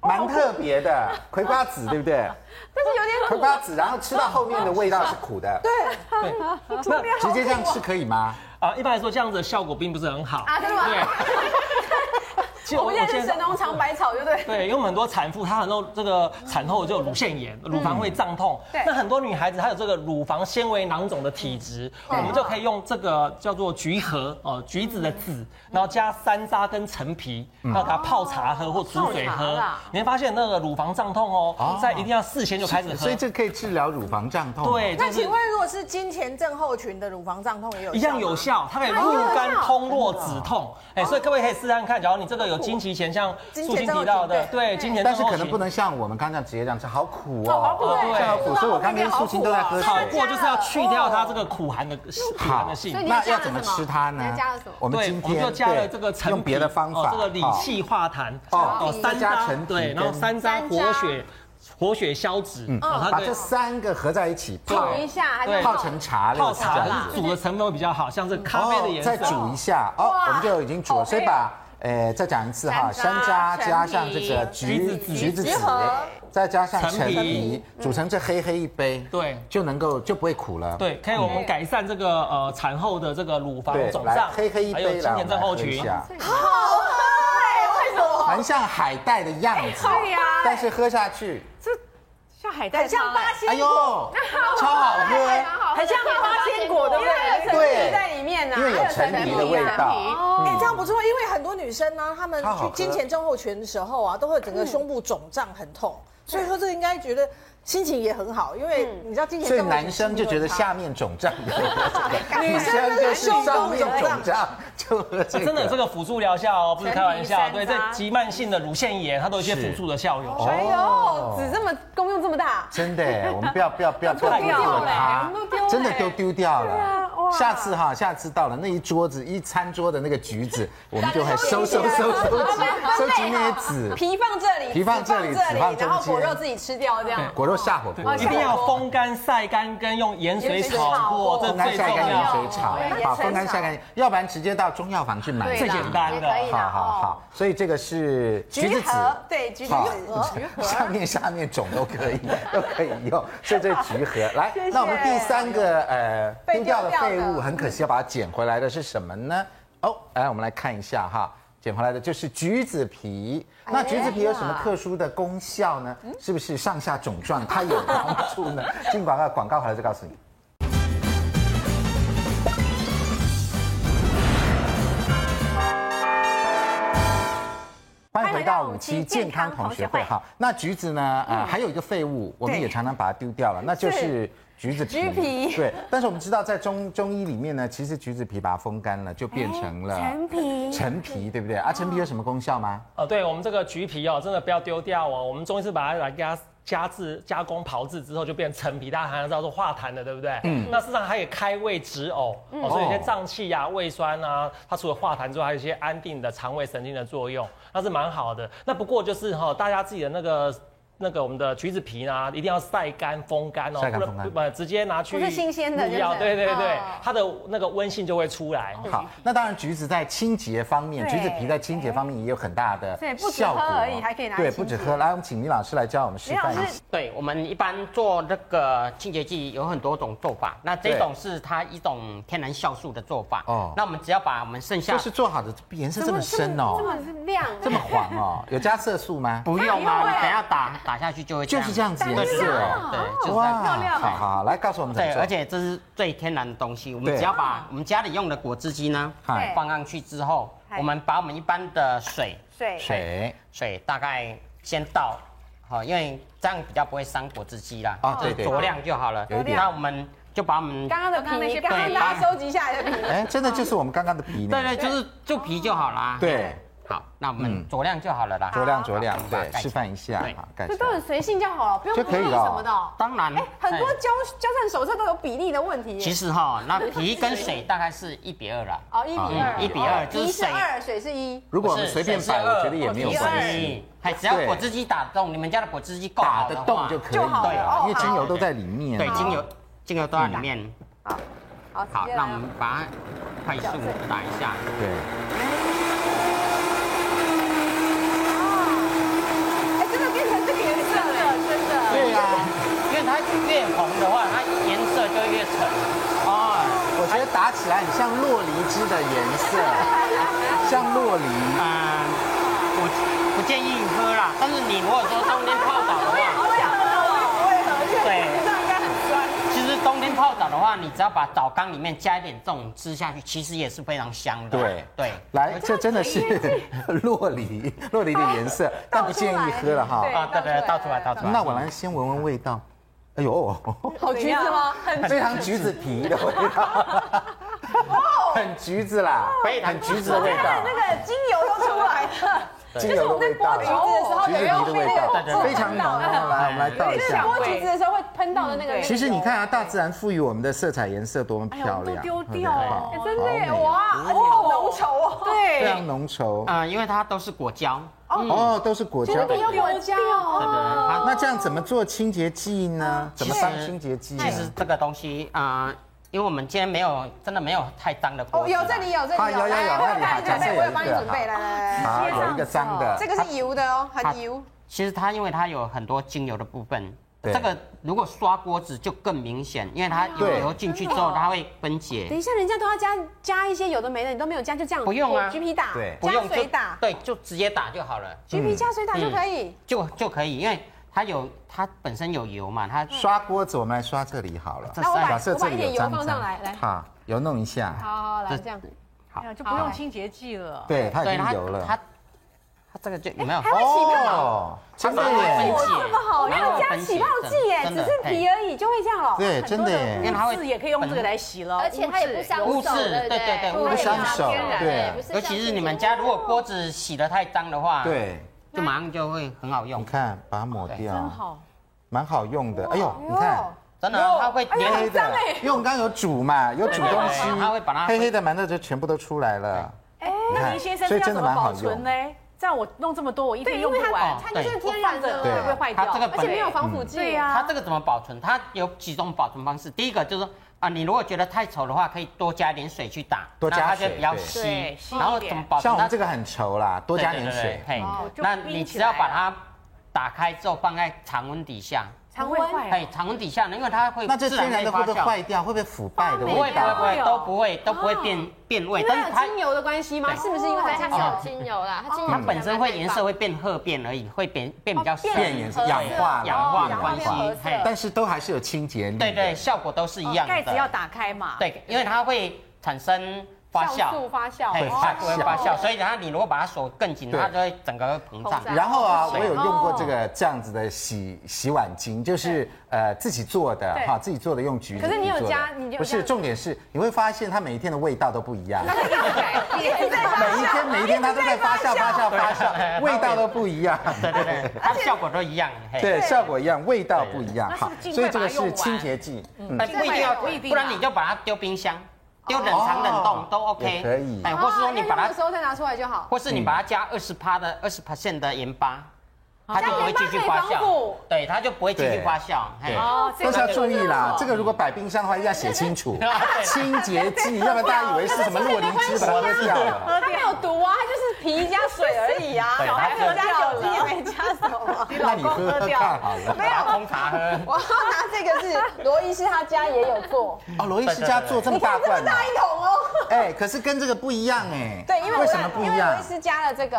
蛮特别的葵瓜子，对不对？但是有点葵瓜子，然后吃到后面的味道是苦的，对， 那直接这样吃可以吗？啊，一般来说这样子的效果并不是很好。啊，真的吗？ 其实我们现在是建议神农尝百草，对不对？对，因为我们很多产妇，她很多这个产后就有乳腺炎，乳房会胀痛。嗯对嗯那很多女孩子她有这个乳房纤维囊肿的体质，我们就可以用这个叫做橘核哦，橘子的嗯籽，然后加山楂跟陈皮，嗯还有把它泡茶喝或煮水哦泡茶喝啦，你会发现那个乳房胀痛哦哦，在一定要事先就开始喝。所以这可以治疗乳房胀痛。对，，那就是请问，如果是金钱症候群的乳房胀痛也有一样有效效，它可以入肝通络止痛。哎，所以各位可以试试看，假如你这个有经期前，像经素心前症候提到群的，对对经前，但是可能不。能像我们刚刚直接这样吃，好苦哦，哦好苦哦对这样好苦。所以我刚跟素琴都在喝炒水。啊过就是要去掉它这个苦寒的苦寒的性所以。你那要怎么吃它你呢还加了什么？我们对今，我们天就加了这个对陈皮用别的方法哦，这个理气化痰哦山再加陈楂皮对，然后跟山楂活血活血消脂，嗯，好它把对这三个合在一起泡煮一下，还对是泡成茶类泡是这样哦茶煮的成分会比较好，像这个咖啡的颜再色。煮一下哦，我们就已经煮了，所以把呃再讲一次哈，山山楂楂陈加上这皮个橘橘子橘子橘籽核，再加上陈陈皮皮，煮成这黑黑一杯，对就能够就不会苦了。对，可以我们改善这个呃产后的这个乳房对，肿来胀，黑黑一还有杯经来，我前们症来候喝一群。下，对，为什么？蛮像海带的样子，对呀但是喝下去，像海带像汤八哎，仙哎呦，超好喝。很像八仙果，对不对？对，在里面呢、因为有陈皮的味道，哎、这样不错，因为很多女生呢、她们它好去喝经前症候群的时候啊，都会整个胸部肿胀很痛，所以说这应该觉得心情也很好，因为你知道经前所症以候群男生就觉得心情下面肿胀，女女生生就就是是胸上部面肿肿胀，就喝这这个 真的有哎这个辅助疗效哦，不是开玩笑。陈皮对，山楂这急慢性的乳腺炎，它都有一些辅助的效用。哦哎呦，哦籽这么功用这么大，真的 耶，我们不要不要不要不要丢掉了嘞我它们都丢嘞真的都丢掉啊了。下次哈，下次到了那一桌子一餐桌的那个橘 子，我们就会收收收收集收集那些籽，啊皮放这里，皮放这里籽放籽放中间然后果肉自己吃掉，这样。果肉下火锅，一定要风干、晒干跟用盐水炒过，这风干最晒重干盐要水。炒对，盐把水风干炒晒干，要不然直接到中药房去买对啦最简单的也可以好啦好好，所以这个是橘子籽，对，橘子好籽，上面下面肿都可以，都可以用，所以这是橘核。来，那我们第三个呃被丢掉的丢掉废的物，很可惜要把它捡回来的是什么呢？哦，来我们来看一下哈，捡回来的就是橘子皮。那橘子皮有什么特殊的功效呢？是不是上下肿胀它有帮助呢？进广告，广告回来再告诉你。欢迎回到五期健康同学会。好，那橘子呢？嗯呃，还有一个废物，我们也常常把它丢掉了，那就是橘子皮。橘皮 对，但是我们知道在中中医里面呢，其实橘子皮把它风干了，就变成了哎陈皮陈皮，对不对？啊，陈皮有什么功效吗？呃，对我们这个橘皮哦，真的不要丢掉哦。我们中医是把它来给它加制、加工、炮制之后，就变成陈皮，大家好像知道说化痰的，对不对？嗯。那事实上它也开胃止呕、嗯哦，所以有些胀气呀、胃酸啊，它除了化痰之外，还有一些安定的肠胃神经的作用，那是蛮好的。那不过就是哈、大家自己的那个。那个我们的橘子皮呢，一定要晒干风干哦，晒干不风干能不直接拿去不是新鲜的入药就是对对对哦，它的那个温性就会出来。好，那当然橘子在清洁方面，对橘子皮在清洁方面也有很大的对不止效果喝哦。而已还可以拿来对，清不止洁喝，来，我们请李老师来教我们示李老范一下。师，对我们一般做那个清洁剂有很多种做法，那这种是它一种天然酵素的做法。哦哦，那我们只要把我们剩下就是做好的颜色这么深哦，么亮，这么黄 哦，有加色素吗？不用啊，你等一下打打下去就会就是这样子颜对色哦，啊对，就是这哇，样好好好，来告诉我们怎么对，做。而且这是最天然的东西，我们对只要把我们家里用的果汁机呢嗨放上去之后，我们把我们一般的水水水水大概先倒，好，因为这样比较不会伤果汁机啦，啊对就是对酌对量就好了。有一点那我们就把我们刚刚的皮，刚刚对大把家收集下来的皮，哎，真的就是我们刚刚的皮呢对对，就是就皮就好啊啦。，对，好，那我嗯们酌量就好了啦。酌量酌量好，对，示。好范一下对哈，盖这起都很来。随性就好了，不用就可以不用了什么的哦。当然哎，，很多哎交交战手册都有比例的问题耶。其实哈，那皮跟水大概是一比二啦。嗯哦，一比啊二，一比二就是一是水二，水是一。如果我们随便摆，我觉得也没有关不系，是，哎还只要对果汁机打洞，你们家的果汁机够打好得的话动就可以就好了了，哦因为精油都在里面。啊哦嗯啊对，精油精油都在里面。好，好，直接那来我们把它快速打一下。对，哎，真的变成这个颜色了，真的。对啊呀、因为它越红的话，它颜色就越沉。哦，我觉得打起来很像洛梨汁的颜色，像洛梨。嗯，我不建议喝啦。但是你如果说冬天泡澡的话，对，其实冬天泡澡的话，你只要把澡缸里面加一点这种汁下去，其实也是非常香的。对对，来，这真的是 洛梨，洛梨的颜色，但不建议喝了哈。啊，对对，对倒出来，倒出来。那我来先闻闻味道。哎呦，好橘子吗？很 非常橘子皮的味道， 很橘子啦，非常很橘子的味那道，个精油都出来了，精油的味道，就是我橘们子在剥橘子的时候皮的味道，对对对非常浓哦。来，我们来倒一下。剥橘子的时候会喷到的那个。其实你看啊，大自然赋予我们的色彩颜色多么漂哎亮，丢对不对掉哦好真的耶，好美啊哇，而且好浓稠哦。非对，常浓稠嗯、因为它都是果胶。嗯哦，都是果胶。要果胶对对哦。对，它那这样怎么做清洁剂嗯呢？怎么当清洁剂呢？其实这个东西啊、呃因为我们今天没有真的没有太脏的锅哦，子啦，有这里有这哎里啊有有有来那里我好有帮你准备，我有帮你准备，假设有一个来来来，好，啊有一个脏的，这个是油的哦，它很油。其实它因为它有很多精油的部分，对这个如果刷锅子就更明显，因为它有对油进去之后它会分解等，一下，人家都要加加一些有的没的，你都没有加，就这样不用啊橘皮打，对不加用就水打，对，就直接打就好了，嗯橘嗯皮加水打就可以。就就可以，因为它有它本身有油嘛，它嗯刷锅子，我们来刷这里好了。这那我三把假设我这把一里有点油脏放上脏来，来，好，油弄一下，好好来这样，没有就不用清洁剂了。对，它已对经它油了。它它这个就有没有？哦，真的耶，这么好用加起泡剂耶，只是皮而已就会这样了。对，真的因为耶，它会字也可以用这个来洗了，而且它也不伤手，污渍对不对对对对？污不渍伤手天，然对，不是尤像其这是种你们家如果锅子洗得太脏的话，，对，就马上就会很好用你。看把它抹真掉，好。蛮好用的。哎呦，你看真的啊，它会连黑黑的，因为我们刚刚有煮嘛，有煮东西，哎它会把哎它黑黑的馒头就全部都出来了。你那看林先生所这以样真的怎么蛮好保用存呢？这样我弄这么多，我一天对用因为不完，哦它就是对天然的，对会不会坏掉？它这个而且没有防嗯腐剂。对呀、它这个怎么保存？它有几种保存方式。第一个就是说啊，你如果觉得太稠的话，可以多加点水去打，多加那它就水比较对稀对。稀一然后点怎么保存？像我们它这个很稠啦，多加点水对对对。对嘿哦就那冰你起只要来把了它打开之后放在常温底下，常会坏哎，常温底下，因为它会那这自天然然的会会发不会酵。坏掉？会不会腐败的不会味不会不道？会都不会都不会变变味，因为但它有是它精油的关系吗？对是不是因为对，它它哦有是有精油啦，它精油它本身会颜色会变褐变而已，会变变比较哦深变颜色，氧化了氧化的氧关系化了，嘿但是都还是有清洁力。哦对对，，效果都是一样的。盖子要打开嘛。对，因为它会产生发酵酵素发酵，哦嘿哦它不会发发酵，所以它你如果把它锁更紧，对它就会整个膨胀膨。胀然后啊，水我有用过这个这样子的洗洗碗巾，就是呃自己做的对哈，自己做的用橘子可皮是做的。你有加你有不是加重点是，你会发现它每一天的味道都不一 样。一嗯直在发 每一天每一天它都在发酵发酵发酵，味道都不一样。对对对，它效果都一样。嘿 对，效果一样，味道不一样。那是不是尽所以快这把它个用是完清洁剂。嗯但不一定要，不一定啊不然你就把它丢冰箱，丢冷藏冷哦冻都 OK。也可以哎，或是哦说你把要用的它，时候再拿出来就好。或嗯是你把它加二十趴的二十 percent 的盐巴，它就不会继续加盐发巴可以防酵腐。对，它就不会继续对发酵。嘿对哦，这都个是要注意啦不，这错个如果摆冰箱的话，一定要写清楚清洁剂，要不然大家以为是什么洛梨汁把它喝掉了。它没有毒啊，它就是皮加水而已 啊，对小孩它喝就加酒精也没加什么。那你喝喝看好了。把它烹茶喝。我要拿这个是罗医师他家也有做，哦，罗伊世家做这么大罐的，一桶哦。哎，可是跟这个不一样哎。 对，因为我为什么不因一为样嗯罗伊？斯加了这个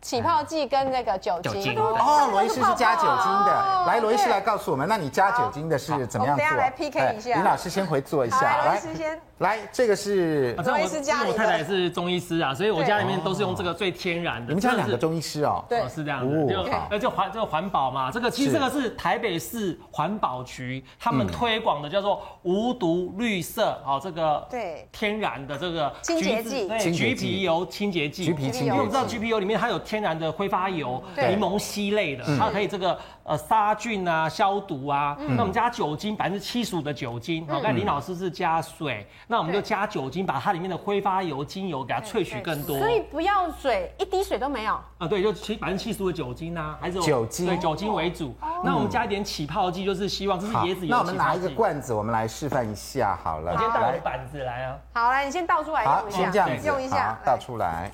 起泡剂跟那个酒酒精精。对哦，罗伊斯是加酒精的。来，罗伊斯来告诉我们，那你加酒精的是怎么样做？我们等一下来 PK 哎一下林老师先回做一下，好罗伊来斯先，来，这个是啊，这样中医师家因为里我的太太也是中医师啊，所以我家里面都是用这个最天然的。你们家两个中。中医师哦。对哦是这样哦的，就好呃，就环这个环保嘛，这个其实是这个是台北市环保局他们推广的叫做无毒绿色，哦，这个对天然的这个清洁剂橘子对清洁橘剂皮油清洁剂，橘皮清洁剂因为我们知道橘皮油里面它有天然的挥发油、对柠檬烯类的，嗯它可以这个呃杀菌啊、消毒啊。那我们加酒精百分之七十五的酒精，嗯好，刚才林老师是加水，那我们就加酒精，把它里面的挥发油、精油给它萃取更多。所以不要水，一滴水都没有。啊，对，就其百分之七十的酒精啊，还是有酒精对酒精为主。哦那我们加一点起泡剂，就是希望这是好椰子油。那我们拿一个，罐子，我们来示范一下好了。我今天带我来的，板子来啊。好，来，你先倒出来好，用一先下这。样子，用一下好来倒出来，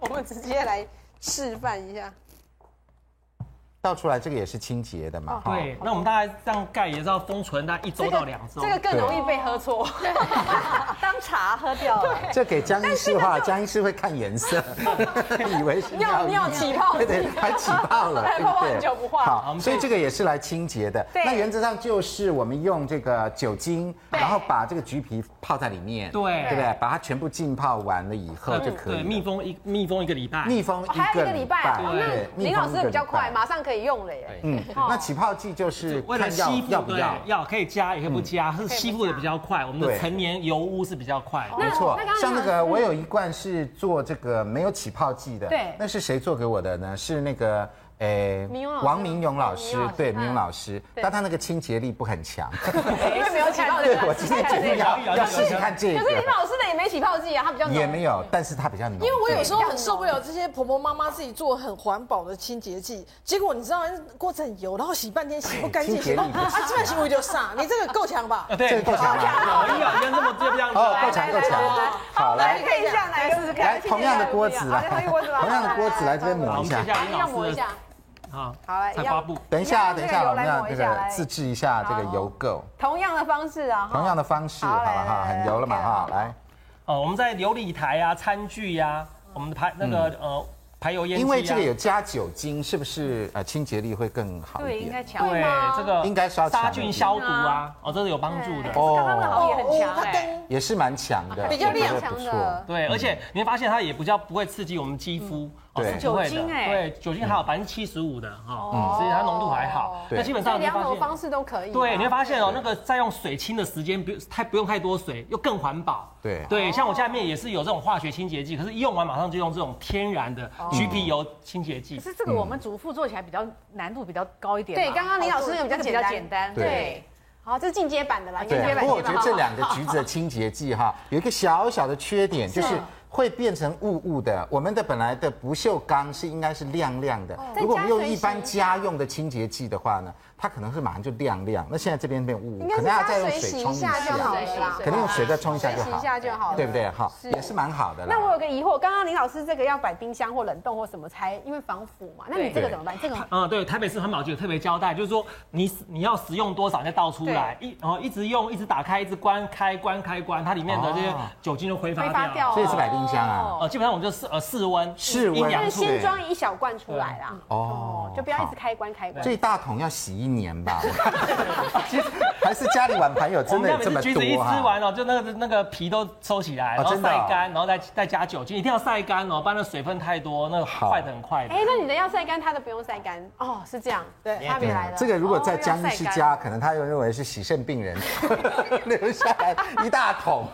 我们直接来示范一下。倒出来，这个也是清洁的嘛。哈对，那我们大概这样盖也是要封存大概一周到两周。这个更容易被喝错，当茶喝掉了，这给江医师的话，江医师会看 颜色，以为是尿尿尿液起泡对对，还起 泡了，还对不泡对？很久不化好，所以这个也是来清洁的。那原则上就是我们用这个酒精，然后把这个橘皮泡在里面，对对不对？把它全部浸泡完了以后就可以对，了。密封一密封一个礼拜。密封还一有个一个礼礼拜拜，哦对那林老师比较快，？密封一个礼拜马上可以用了耶。嗯，那起泡剂就是为了看要吸附，要不对要。嗯要可以加，也可以不加，是吸附的比较快。我们对的成年油污是比较快啊的。没错那刚，刚像那那个我有一罐是做这个没有起泡剂的，对那是谁做给我的呢？是那个。诶明勇老师王明勇老师明勇老师，对，嗯明勇老师，但他那个清洁力不很强。因为没有起 泡对，我今天决定要这个要试试看这可是林个，老师的也没起泡剂啊，它比较浓也没有，但是它比较浓。因为我有时候候很受不了这些婆婆妈妈自己做很环保的清洁剂，结果你知道锅子很油，然后洗半天洗不干净，清洁洗力不不啊，基本洗我就上，你这个够强吧？啊，对，这个够强吧容易啊，跟这么这样子。哦，够强够强，好来看一下，来试试来，同样的锅子来，同样的锅子来这边好，抹我一们下接。下来林要老抹一师的下。啊，好来，菜要花布。等一下，你等要用这个一下，油我们来要抹这一下个来自制一下这个油垢。同样的方式啊，哈同样的方式，好好来了哈，来来很油了嘛来哈，来，哦，我们在琉璃台啊、餐具呀、我们的排那个、呃排油烟机、嗯啊，因为这个有加酒精，是不是呃清洁力会更好对，一应该点？强。对这个应该是要杀强菌力消毒啊，哦，这是有帮助哎的。哦嗯刚刚的好像也很强哎、也是蛮强的，比较我觉得亮不强错的。对，而且你会发现它也比较不会刺激我们肌肤，哦嗯对嗯是不会的酒精欸哎对，酒精还有百分之七十五的哈，所以它浓度还好。对那基本所以上你哦两会种发方现，式都可以。啊对，你会发现哦，那个再用水清的时间不太不用太多水，又更环保。对对，像我家里面也是有这种化学清洁剂，可是一用完马上就用这种天然的哦橘皮油清洁剂可。是这个我们主妇做起来比较难度比较高一点嘛。对刚刚林老师那个比较这简单简单。对对，好，这是进阶版的啦，进阶对，版。不过我觉得这两个橘子的清洁剂哈，有一个小小的缺点，就是会变成雾雾的。我们的本来的不锈钢是应该是亮亮的，如果我们用一般家用的清洁剂的话呢，它可能是马上就亮亮。那现在这边变雾，应雾，该可是能要再加用水水洗一冲一下下就好了啦，可能用水再冲一下水就洗一好，下就好了。对不？对？哈，也是蛮好的啦。那我有个疑惑，刚刚林老师这个要摆冰箱或冷冻或什么才，因为防腐嘛。那你这个怎么办？这个嗯，对，台北市环保局有特别交代，就是说你你要食用多少，你再倒出来，一然后一直用，一直打开，一直关开关开关，它里面的这些哦酒精就挥发挥掉。发哦掉所以是摆冰箱啊。呃，基本上我们就室呃室温，室温阴就阳是处。哦先装一小罐出来啦。哦就不要一好直开关开关。这一大桶要洗一年吧，我 还是家里碗盘有我真们的家有这每次么多橘子一吃啊完哦，就那个那个皮都收起来，哦然后真的哦晒干，然后再再加酒精，一定要晒干哦，不然那水分太多，那个好坏的很快的哎。，那你的要晒干，他的不用晒干哦，是这样，对差别来了。这个如果在哦江医师，家，可能他又认为是洗肾病人留下来一大桶，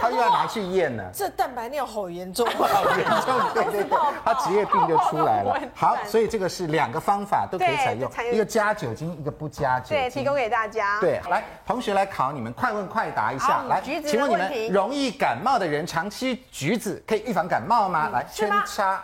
他又要拿去验呢。这蛋白尿好 严重，好严重，哦对对对，他职业病就出来了。好，所以这个是两个方法都可以采用对采，用一个加酒精，一个不加酒对，提精供。给大家。对，来，同学来考你们，快问快答一下好。来，橘子的请问你问题们容易感冒的人常吃橘子可以预防感冒吗？来，圈叉。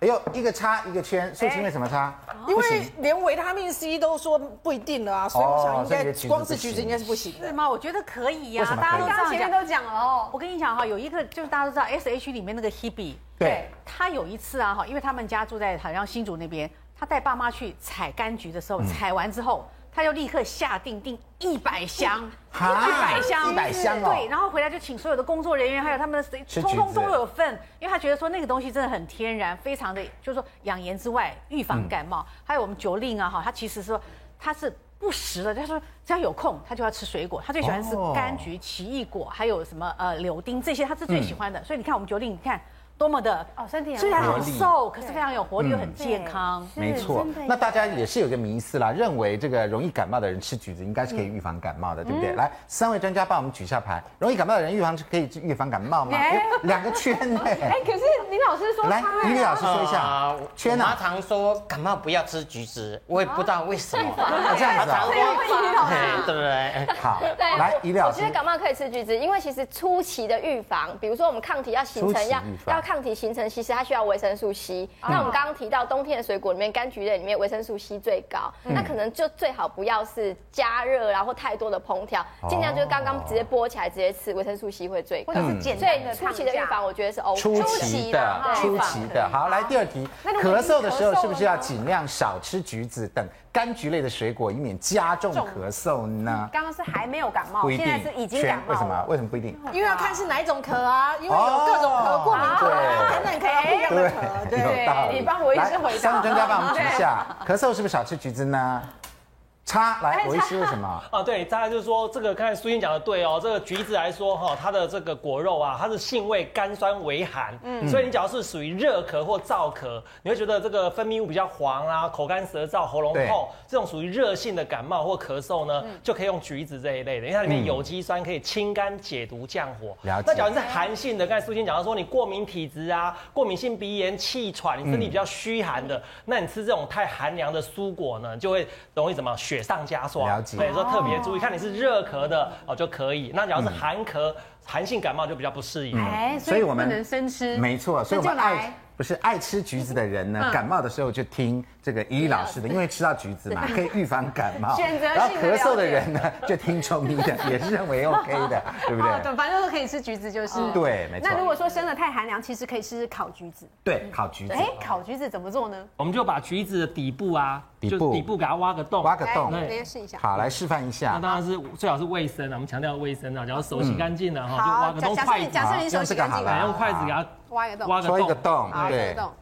哎呦，一个叉一个圈，素琴为什么叉？因不行哦为连维他命 C 都说不一定了啊，所以我想应所以你觉该得橘子光不是橘子行应该是不行的是。吗？我觉得可以呀、为什么大可家都以这刚刚样前面讲。都讲了哦，我跟你讲哈，有一个就是大家都知道 S H 里面那个 Hebe，对，他有一次啊哈，因为他们家住在好像新竹那边，他带爸妈去采柑橘的时候，嗯采完之后。他就立刻下定订一百箱，一哈百箱， 100箱哦对，然后回来就请所有的工作人员，还有他们的谁，吃通橘子通都有份，因为他觉得说那个东西真的很天然，非常的，就是说养颜之外，预防感冒，还有我们九令啊哈，他其实说他是不食的，他说只要有空他就要吃水果，他最喜欢吃哦柑橘。橘、奇异果，还有什么呃柳丁这些，他嗯是最喜欢的。所以你看我们九令，你看多么的哦身体很虽然活很力瘦，可是非常有活力，嗯又很健康。没错，那大家也是有个迷思啦，认为这个容易感冒的人吃橘子应该是可以预防感冒的，对不对？来，三位专家帮我们举一下牌，容易感冒的人预防可以预防感冒吗？哎两个圈呢？哎，可是林老师说来他，李老师说一啊下，圈我妈啊，常说感冒不要吃橘子，我也不知道为什么。啊这样她子常啊，说，嘿 对 不对？好，对，来，李老我师觉得，感冒可以吃橘子，因为其实初期的预防，比如说我们抗体要形初期成，要预防要抗体形成，其实它需要维生素 C。那我们刚刚提到冬天的水果里面，柑橘类里面维生素 C 最高，那可能就最好不要是加热，然后太多的烹调，尽量就是刚刚直接剥起来直接吃，维生素 C 会最高或。者是简所单的以嗯初期的预防，我觉得是哦 OK。初期的，初期的，好，来第二题，啊如果咳已经嗽的时候咳嗽是不是了要呢尽量少吃橘子等柑橘类的水果，以免加重咳嗽呢？刚刚是还没有感冒，不一嗯哦现啊定在是已经圈感冒为什么？哦了。为什么不一定？因为要看是哪一种壳啊，因为有各种壳过敏壳啊哦等等壳啊不一样 的壳，对。有道理。你帮罗医师来回答三个专家帮我们举一 下，咳嗽是不是少吃橘子呢？叉来，哎罗医师为什么？啊，对，大家就是说这个，刚才苏英讲的对哦，这个橘子来说哈、它的这个果肉啊，它是性味甘酸微寒，嗯，所以你只要是属于热咳或燥咳，你会觉得这个分泌物比较黄啊，口干舌燥、喉咙对嗯痛，这种属于热性的感冒或咳嗽呢，就可以用橘子这一类的，因为它里面有机酸可以清肝解毒、降火。了解那假如是寒性的，刚才苏欣讲到说你过敏体质啊，过敏性鼻炎、气喘，你身嗯体比较虚寒的，那你吃这种太寒凉的蔬果呢，就会容易怎么雪上加霜。了解对，哦说特别注意，看你是热咳的哦就可以。那假如是嗯寒咳、寒性感冒就比较不适宜。哎，所以我们不能生吃。没错，所以我那们就爱来不是爱吃橘子的人嗯呢，感冒的时候就听这个依依 老师的，因为吃到橘子嘛，可以预防感冒。选择性的然后咳嗽的了解人呢，就听中医的，也是认为 OK 的，对不对？哦对，反正都可以吃橘子，就是。对，没错那。如果说生的太寒凉，其实可以试试烤橘子。对，烤橘子，哎，烤橘子怎么做呢？我们就把橘子的底部啊，底就部底部给它挖个洞，挖个洞。来，大对家哎试一下。好，来示范一那下。当然是最好是卫生啊，我们强调卫生啊，只要手洗干净了哈，就挖好，个假洞，假设筷你子假啊，设你手洗干净好哎这样是个好啦了，用筷子给它挖一个洞，挖个戳一个洞。洞，好，这对个，洞。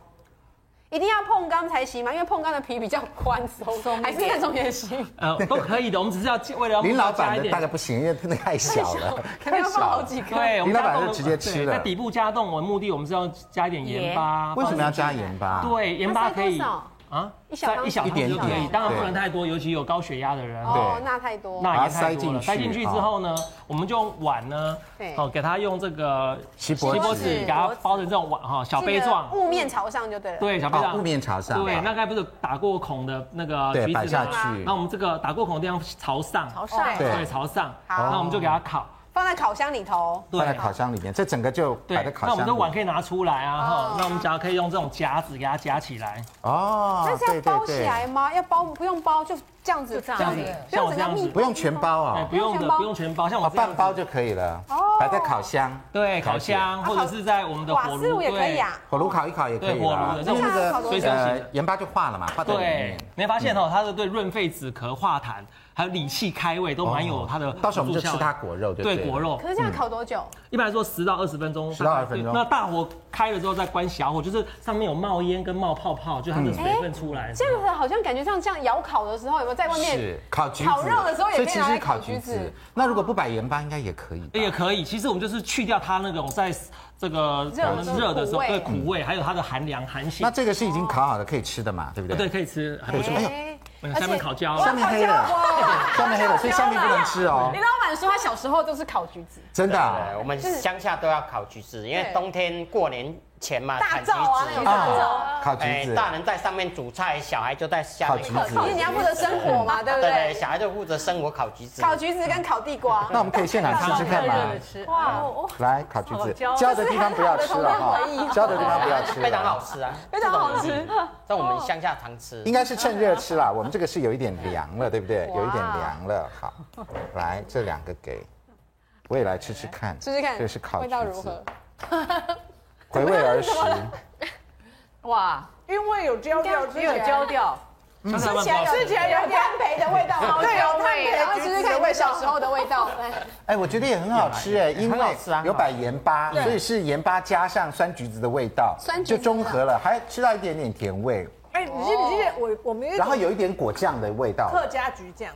一定要碰缸才行嘛，因为碰缸的皮比较宽松，还是那种也行。呃， 都可以的，我们只是要为了要林老加板一的点大概不行，因为真的太小了， 可能太要放小好了。几个。对，我们林老板加冻呃就直接吃对了在底部加冻，我的目的我们是要加一点盐巴。为什么要加盐巴？对，盐巴可它塞以多少啊，一小汤匙一小一点就可以点，当然对不能太多，尤其有高血压的人。哦，那太多。钠把它盐太塞进多了，去啊塞进去之后呢，我们就用碗呢对，哦，给它用这个锡箔箔纸纸给它包成这种碗哈，小杯状，雾面朝上就对了。对，小杯哦，雾状，面朝上。对，那刚才不是打过孔的那个对橘摆子下吗？去那我们这个打过孔的地方朝上，朝上对对，朝上，好那我们就给它烤，放在烤箱里头。放在对。啊烤箱里面，这整个就摆在对，烤那我们的箱碗里。可以拿出来啊，哦哈，那我们只要可以用这种夹子给它夹起来，哦但是要包起来吗？要包不用包，就这样子，就这样子不用整个密不用全包哎，啊，不用全的，包不用全包，像我哦，这样子半包就可以了。哦摆在烤箱，对，烤箱或者是在我们的啊瓦火斯炉炉也可以啊。火炉烤一烤也可以对火炉啦的，因为那烤个炉随身型呃的。盐巴就化了嘛，化在里对面。，你会发现哦，它是对润肺止咳、化痰，还有理气开胃都蛮有它的。哦到时候我们就吃它。果肉就对了果。肉嗯可，是这样烤多久？一般来说十到二十分钟， 10到20分钟那大火开了之后再关小火，就是上面有冒烟跟冒泡泡，就它的水分出来。这样子好像感觉像这样窑烤的时候，有没有在外面是烤橘子，烤肉的时候也可以所以其拿来实烤烤橘橘子子。那如果不摆盐巴，应该也可以吧。也可以，其实我们就是去掉它那种在这个呃热的时候热的时苦候味对苦味，还有它的寒凉寒性那。这个是已经烤好了，可以吃的嘛，对不对？对，，可以吃，还可不以吃。错哎。呦，嗯下面烤焦，下面黑了，下面黑了，所以下面不能吃哦哦你，老板说他小时候都是烤橘子，真的啊。我们乡下都要烤橘子，因为冬天过年前嘛，大砍橘灶啊那种子。大啊灶。烤哎橘子，大人在上面煮菜，小孩就在下烤面橘烤。子因。为你要负责生活嘛，对不对对，对？小孩就负责生活烤橘子。烤橘子跟烤地瓜，那我们可以现场试试看嘛。哇，我来，烤橘子，焦的地方不要吃了哈，焦的地方不要吃了。非常好吃啊，非常好吃。在我们乡下常吃。应该是趁热吃啦。我们这个是有一点凉了，对不对？有一点凉了。好，来这两个给，我也来吃吃看。试试看，这是烤味橘道如子何，？回 味儿时。哇，因为有焦掉，吃起又有来焦掉，吃起来蛮有吃起来有干培的味道，对，有对，然后干培试橘试子的看你味小时道。候的味道。来哎，我觉得也很好吃哎，因为很好吃啊有摆盐巴，所以是盐巴加上酸橘子的味道，酸橘子就中和了，还吃到一点点甜味，哎，你记不记得我我们有一哦然后种有一点果酱的味道。客家橘酱，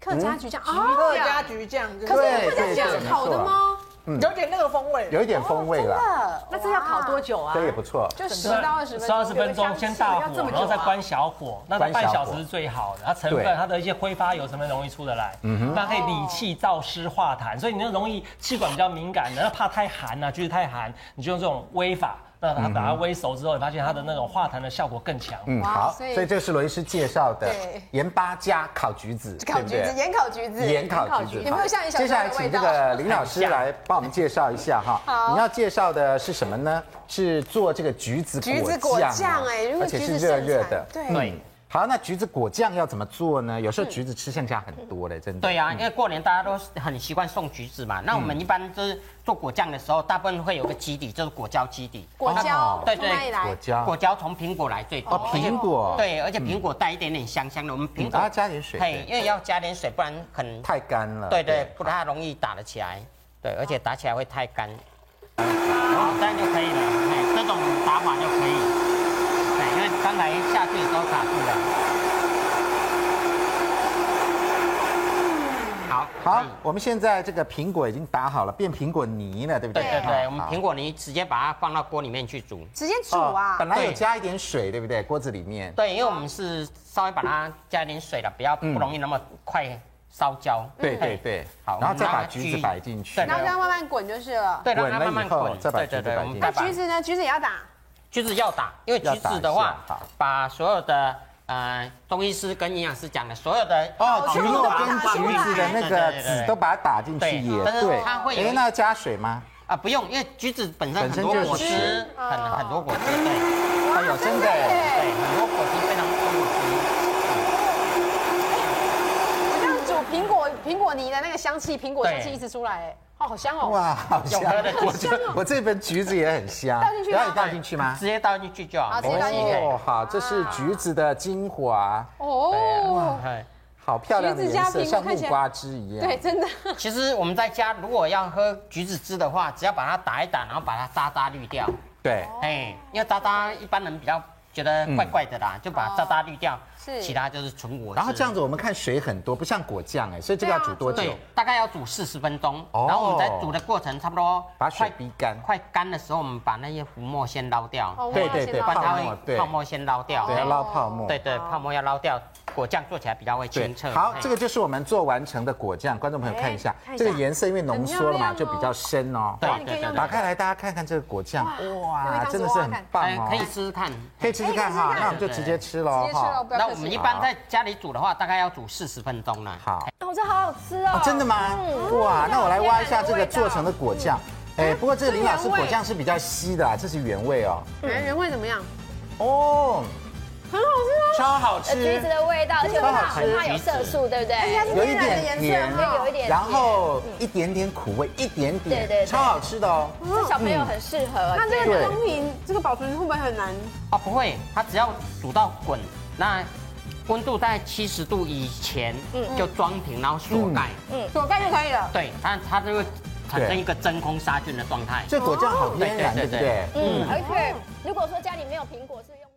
客家橘嗯酱啊，客家橘酱，可对客家对橘酱对是烤的吗？有点那个风味，有一点风味了，那这要烤多久啊这？也不错。哦就十到二十分十钟，二十分有钟个香先气大要这火，么久然后再啊关小火，那它关半小火小时是最好的。它成对嗯分、它的一些挥发油成分容易出得来，那可以哦理气燥湿化痰，所以你那容易气管比较敏感的，那怕太寒啊，橘子太寒，你就用这种煨法，那它把它煨熟之后，你发现它的那种化痰的效果更强。嗯，哇好，所以所以这是罗医师介绍的对盐巴加烤橘子，烤对不橘子，对？盐烤橘子，盐烤橘子，有没有像你小接时下候来的味请这道？个林老 师来帮我们介绍一下哈。好你要介绍的是什么呢？是做这个橘子橘子果啊酱哎因为而且橘是子热盛热产的。对嗯好，那橘子果酱要怎么做呢？有时候橘子吃剩下很多嘞，真的。对啊呀、因为过年大家都很习惯送橘子嘛。那我们一般就是做果酱的时候，大部分会有个基底，就是果胶基底。果胶哦对从哪里对果来？果酱。胶从苹果来最多，哦苹果对，而且苹果带一点点香香的。我们苹你果把它加点水，嘿，对因为要加点水，不然很太干了。对对，不太容易打得起来。啊对，而且打起来会太干。好，这样就可以了。哎，这种打法就可以。对，因为刚才下去的时候卡住了。好，嗯好可以，我们现在这个苹果已经打好了，变苹果泥了，对不对对？对对，我们好苹果泥直接把它放到锅里面去煮。直接煮啊哦本？来有对加一点水，对不对？锅子里面。对，因为我们是稍微把它加一点水了，不要不容易那么快烧焦。嗯对嘿对。对，好然后再我们把让它橘去子摆进去。对然后让它慢慢滚就是了。对，让它滚了慢慢以后滚。再把对橘对子对，摆我们进那去再把橘子呢？橘子也要打，橘子要打，因为橘子的要打话一下好，把所有的呃中医师跟营养师讲的所有的哦，好橘处肉都把它跟放橘子的那对对个对对籽都把它打进去对也但是对。它会有哎，那要加水吗？啊不用，因为橘子本身本身很多就是哦果橘汁，很很多果汁，对哎呦，真的耶，对，很多果汁非常多果汁。我这样煮苹果苹果泥的那个香气，苹果香气对一直出来，哎，哦，好香哦。哇，好香有喝的！我觉得我这盆橘子也很香，倒进去吗然后你倒进去吗直？接倒进去就好好，直接倒进去哦哦，好，这是橘子的精华，对哦，哎好漂亮的橘子加颜色，苹果像看木起来瓜汁一样。对，，真的。其实我们在家如果要喝橘子汁的话，只要把它打一打，然后把它渣渣滤掉。哦对，哎，因为渣渣一般人比较觉得嗯怪怪的啦，就把渣渣滤掉，是其他就是纯果汁。然后这样子我们看水很多，不像果酱哎，所以这个要煮多久对？，大概要煮四十分钟。哦然后我们在煮的过程，差不多把水快逼干快干的时候，我们把那些浮沫先捞掉，哦对对对，不然它泡沫会对泡沫先捞掉。对，要对捞泡沫。对对，泡沫要捞掉，果酱做起来比较会对清澈。，好哎，这个就是我们做完成的果酱，观众朋友看一下，这个颜色因为浓缩了嘛，就比较深哦。对你可以对用对打对，开来，大家看看这个果酱，有没哇，有真的是很棒哎哦，可以试试看。可以吃吃看哈，看那我们就直接吃直喽接吃了，哈。不要那客我们一气。般在家里煮的话，大概要煮四十分钟啦。好，哦，这好好吃哦哦，真的吗？哇，那我来挖一下这个做成的果酱。哎，不过这个林老师果酱是比较稀的啊，这是原味哦。哎原味怎么样？哦，很好吃啊，超好呃橘子吃，的味道，而且超它好吃它有色素，对不对？有一点甜，所以有一点甜，然后一点点苦味，一点嗯对点，对对超好吃的哦。这小朋友很适合。那这对个冬瓶这个保存会不会很难？哦，不会，它只要煮到滚，那温度在七十嗯度以前就装瓶，然后锁盖。左盖就可以了。对，它它就会产生一个真空杀菌的状态。哦这果酱好天然，对不对？嗯，而且如果说家里没有苹果是用。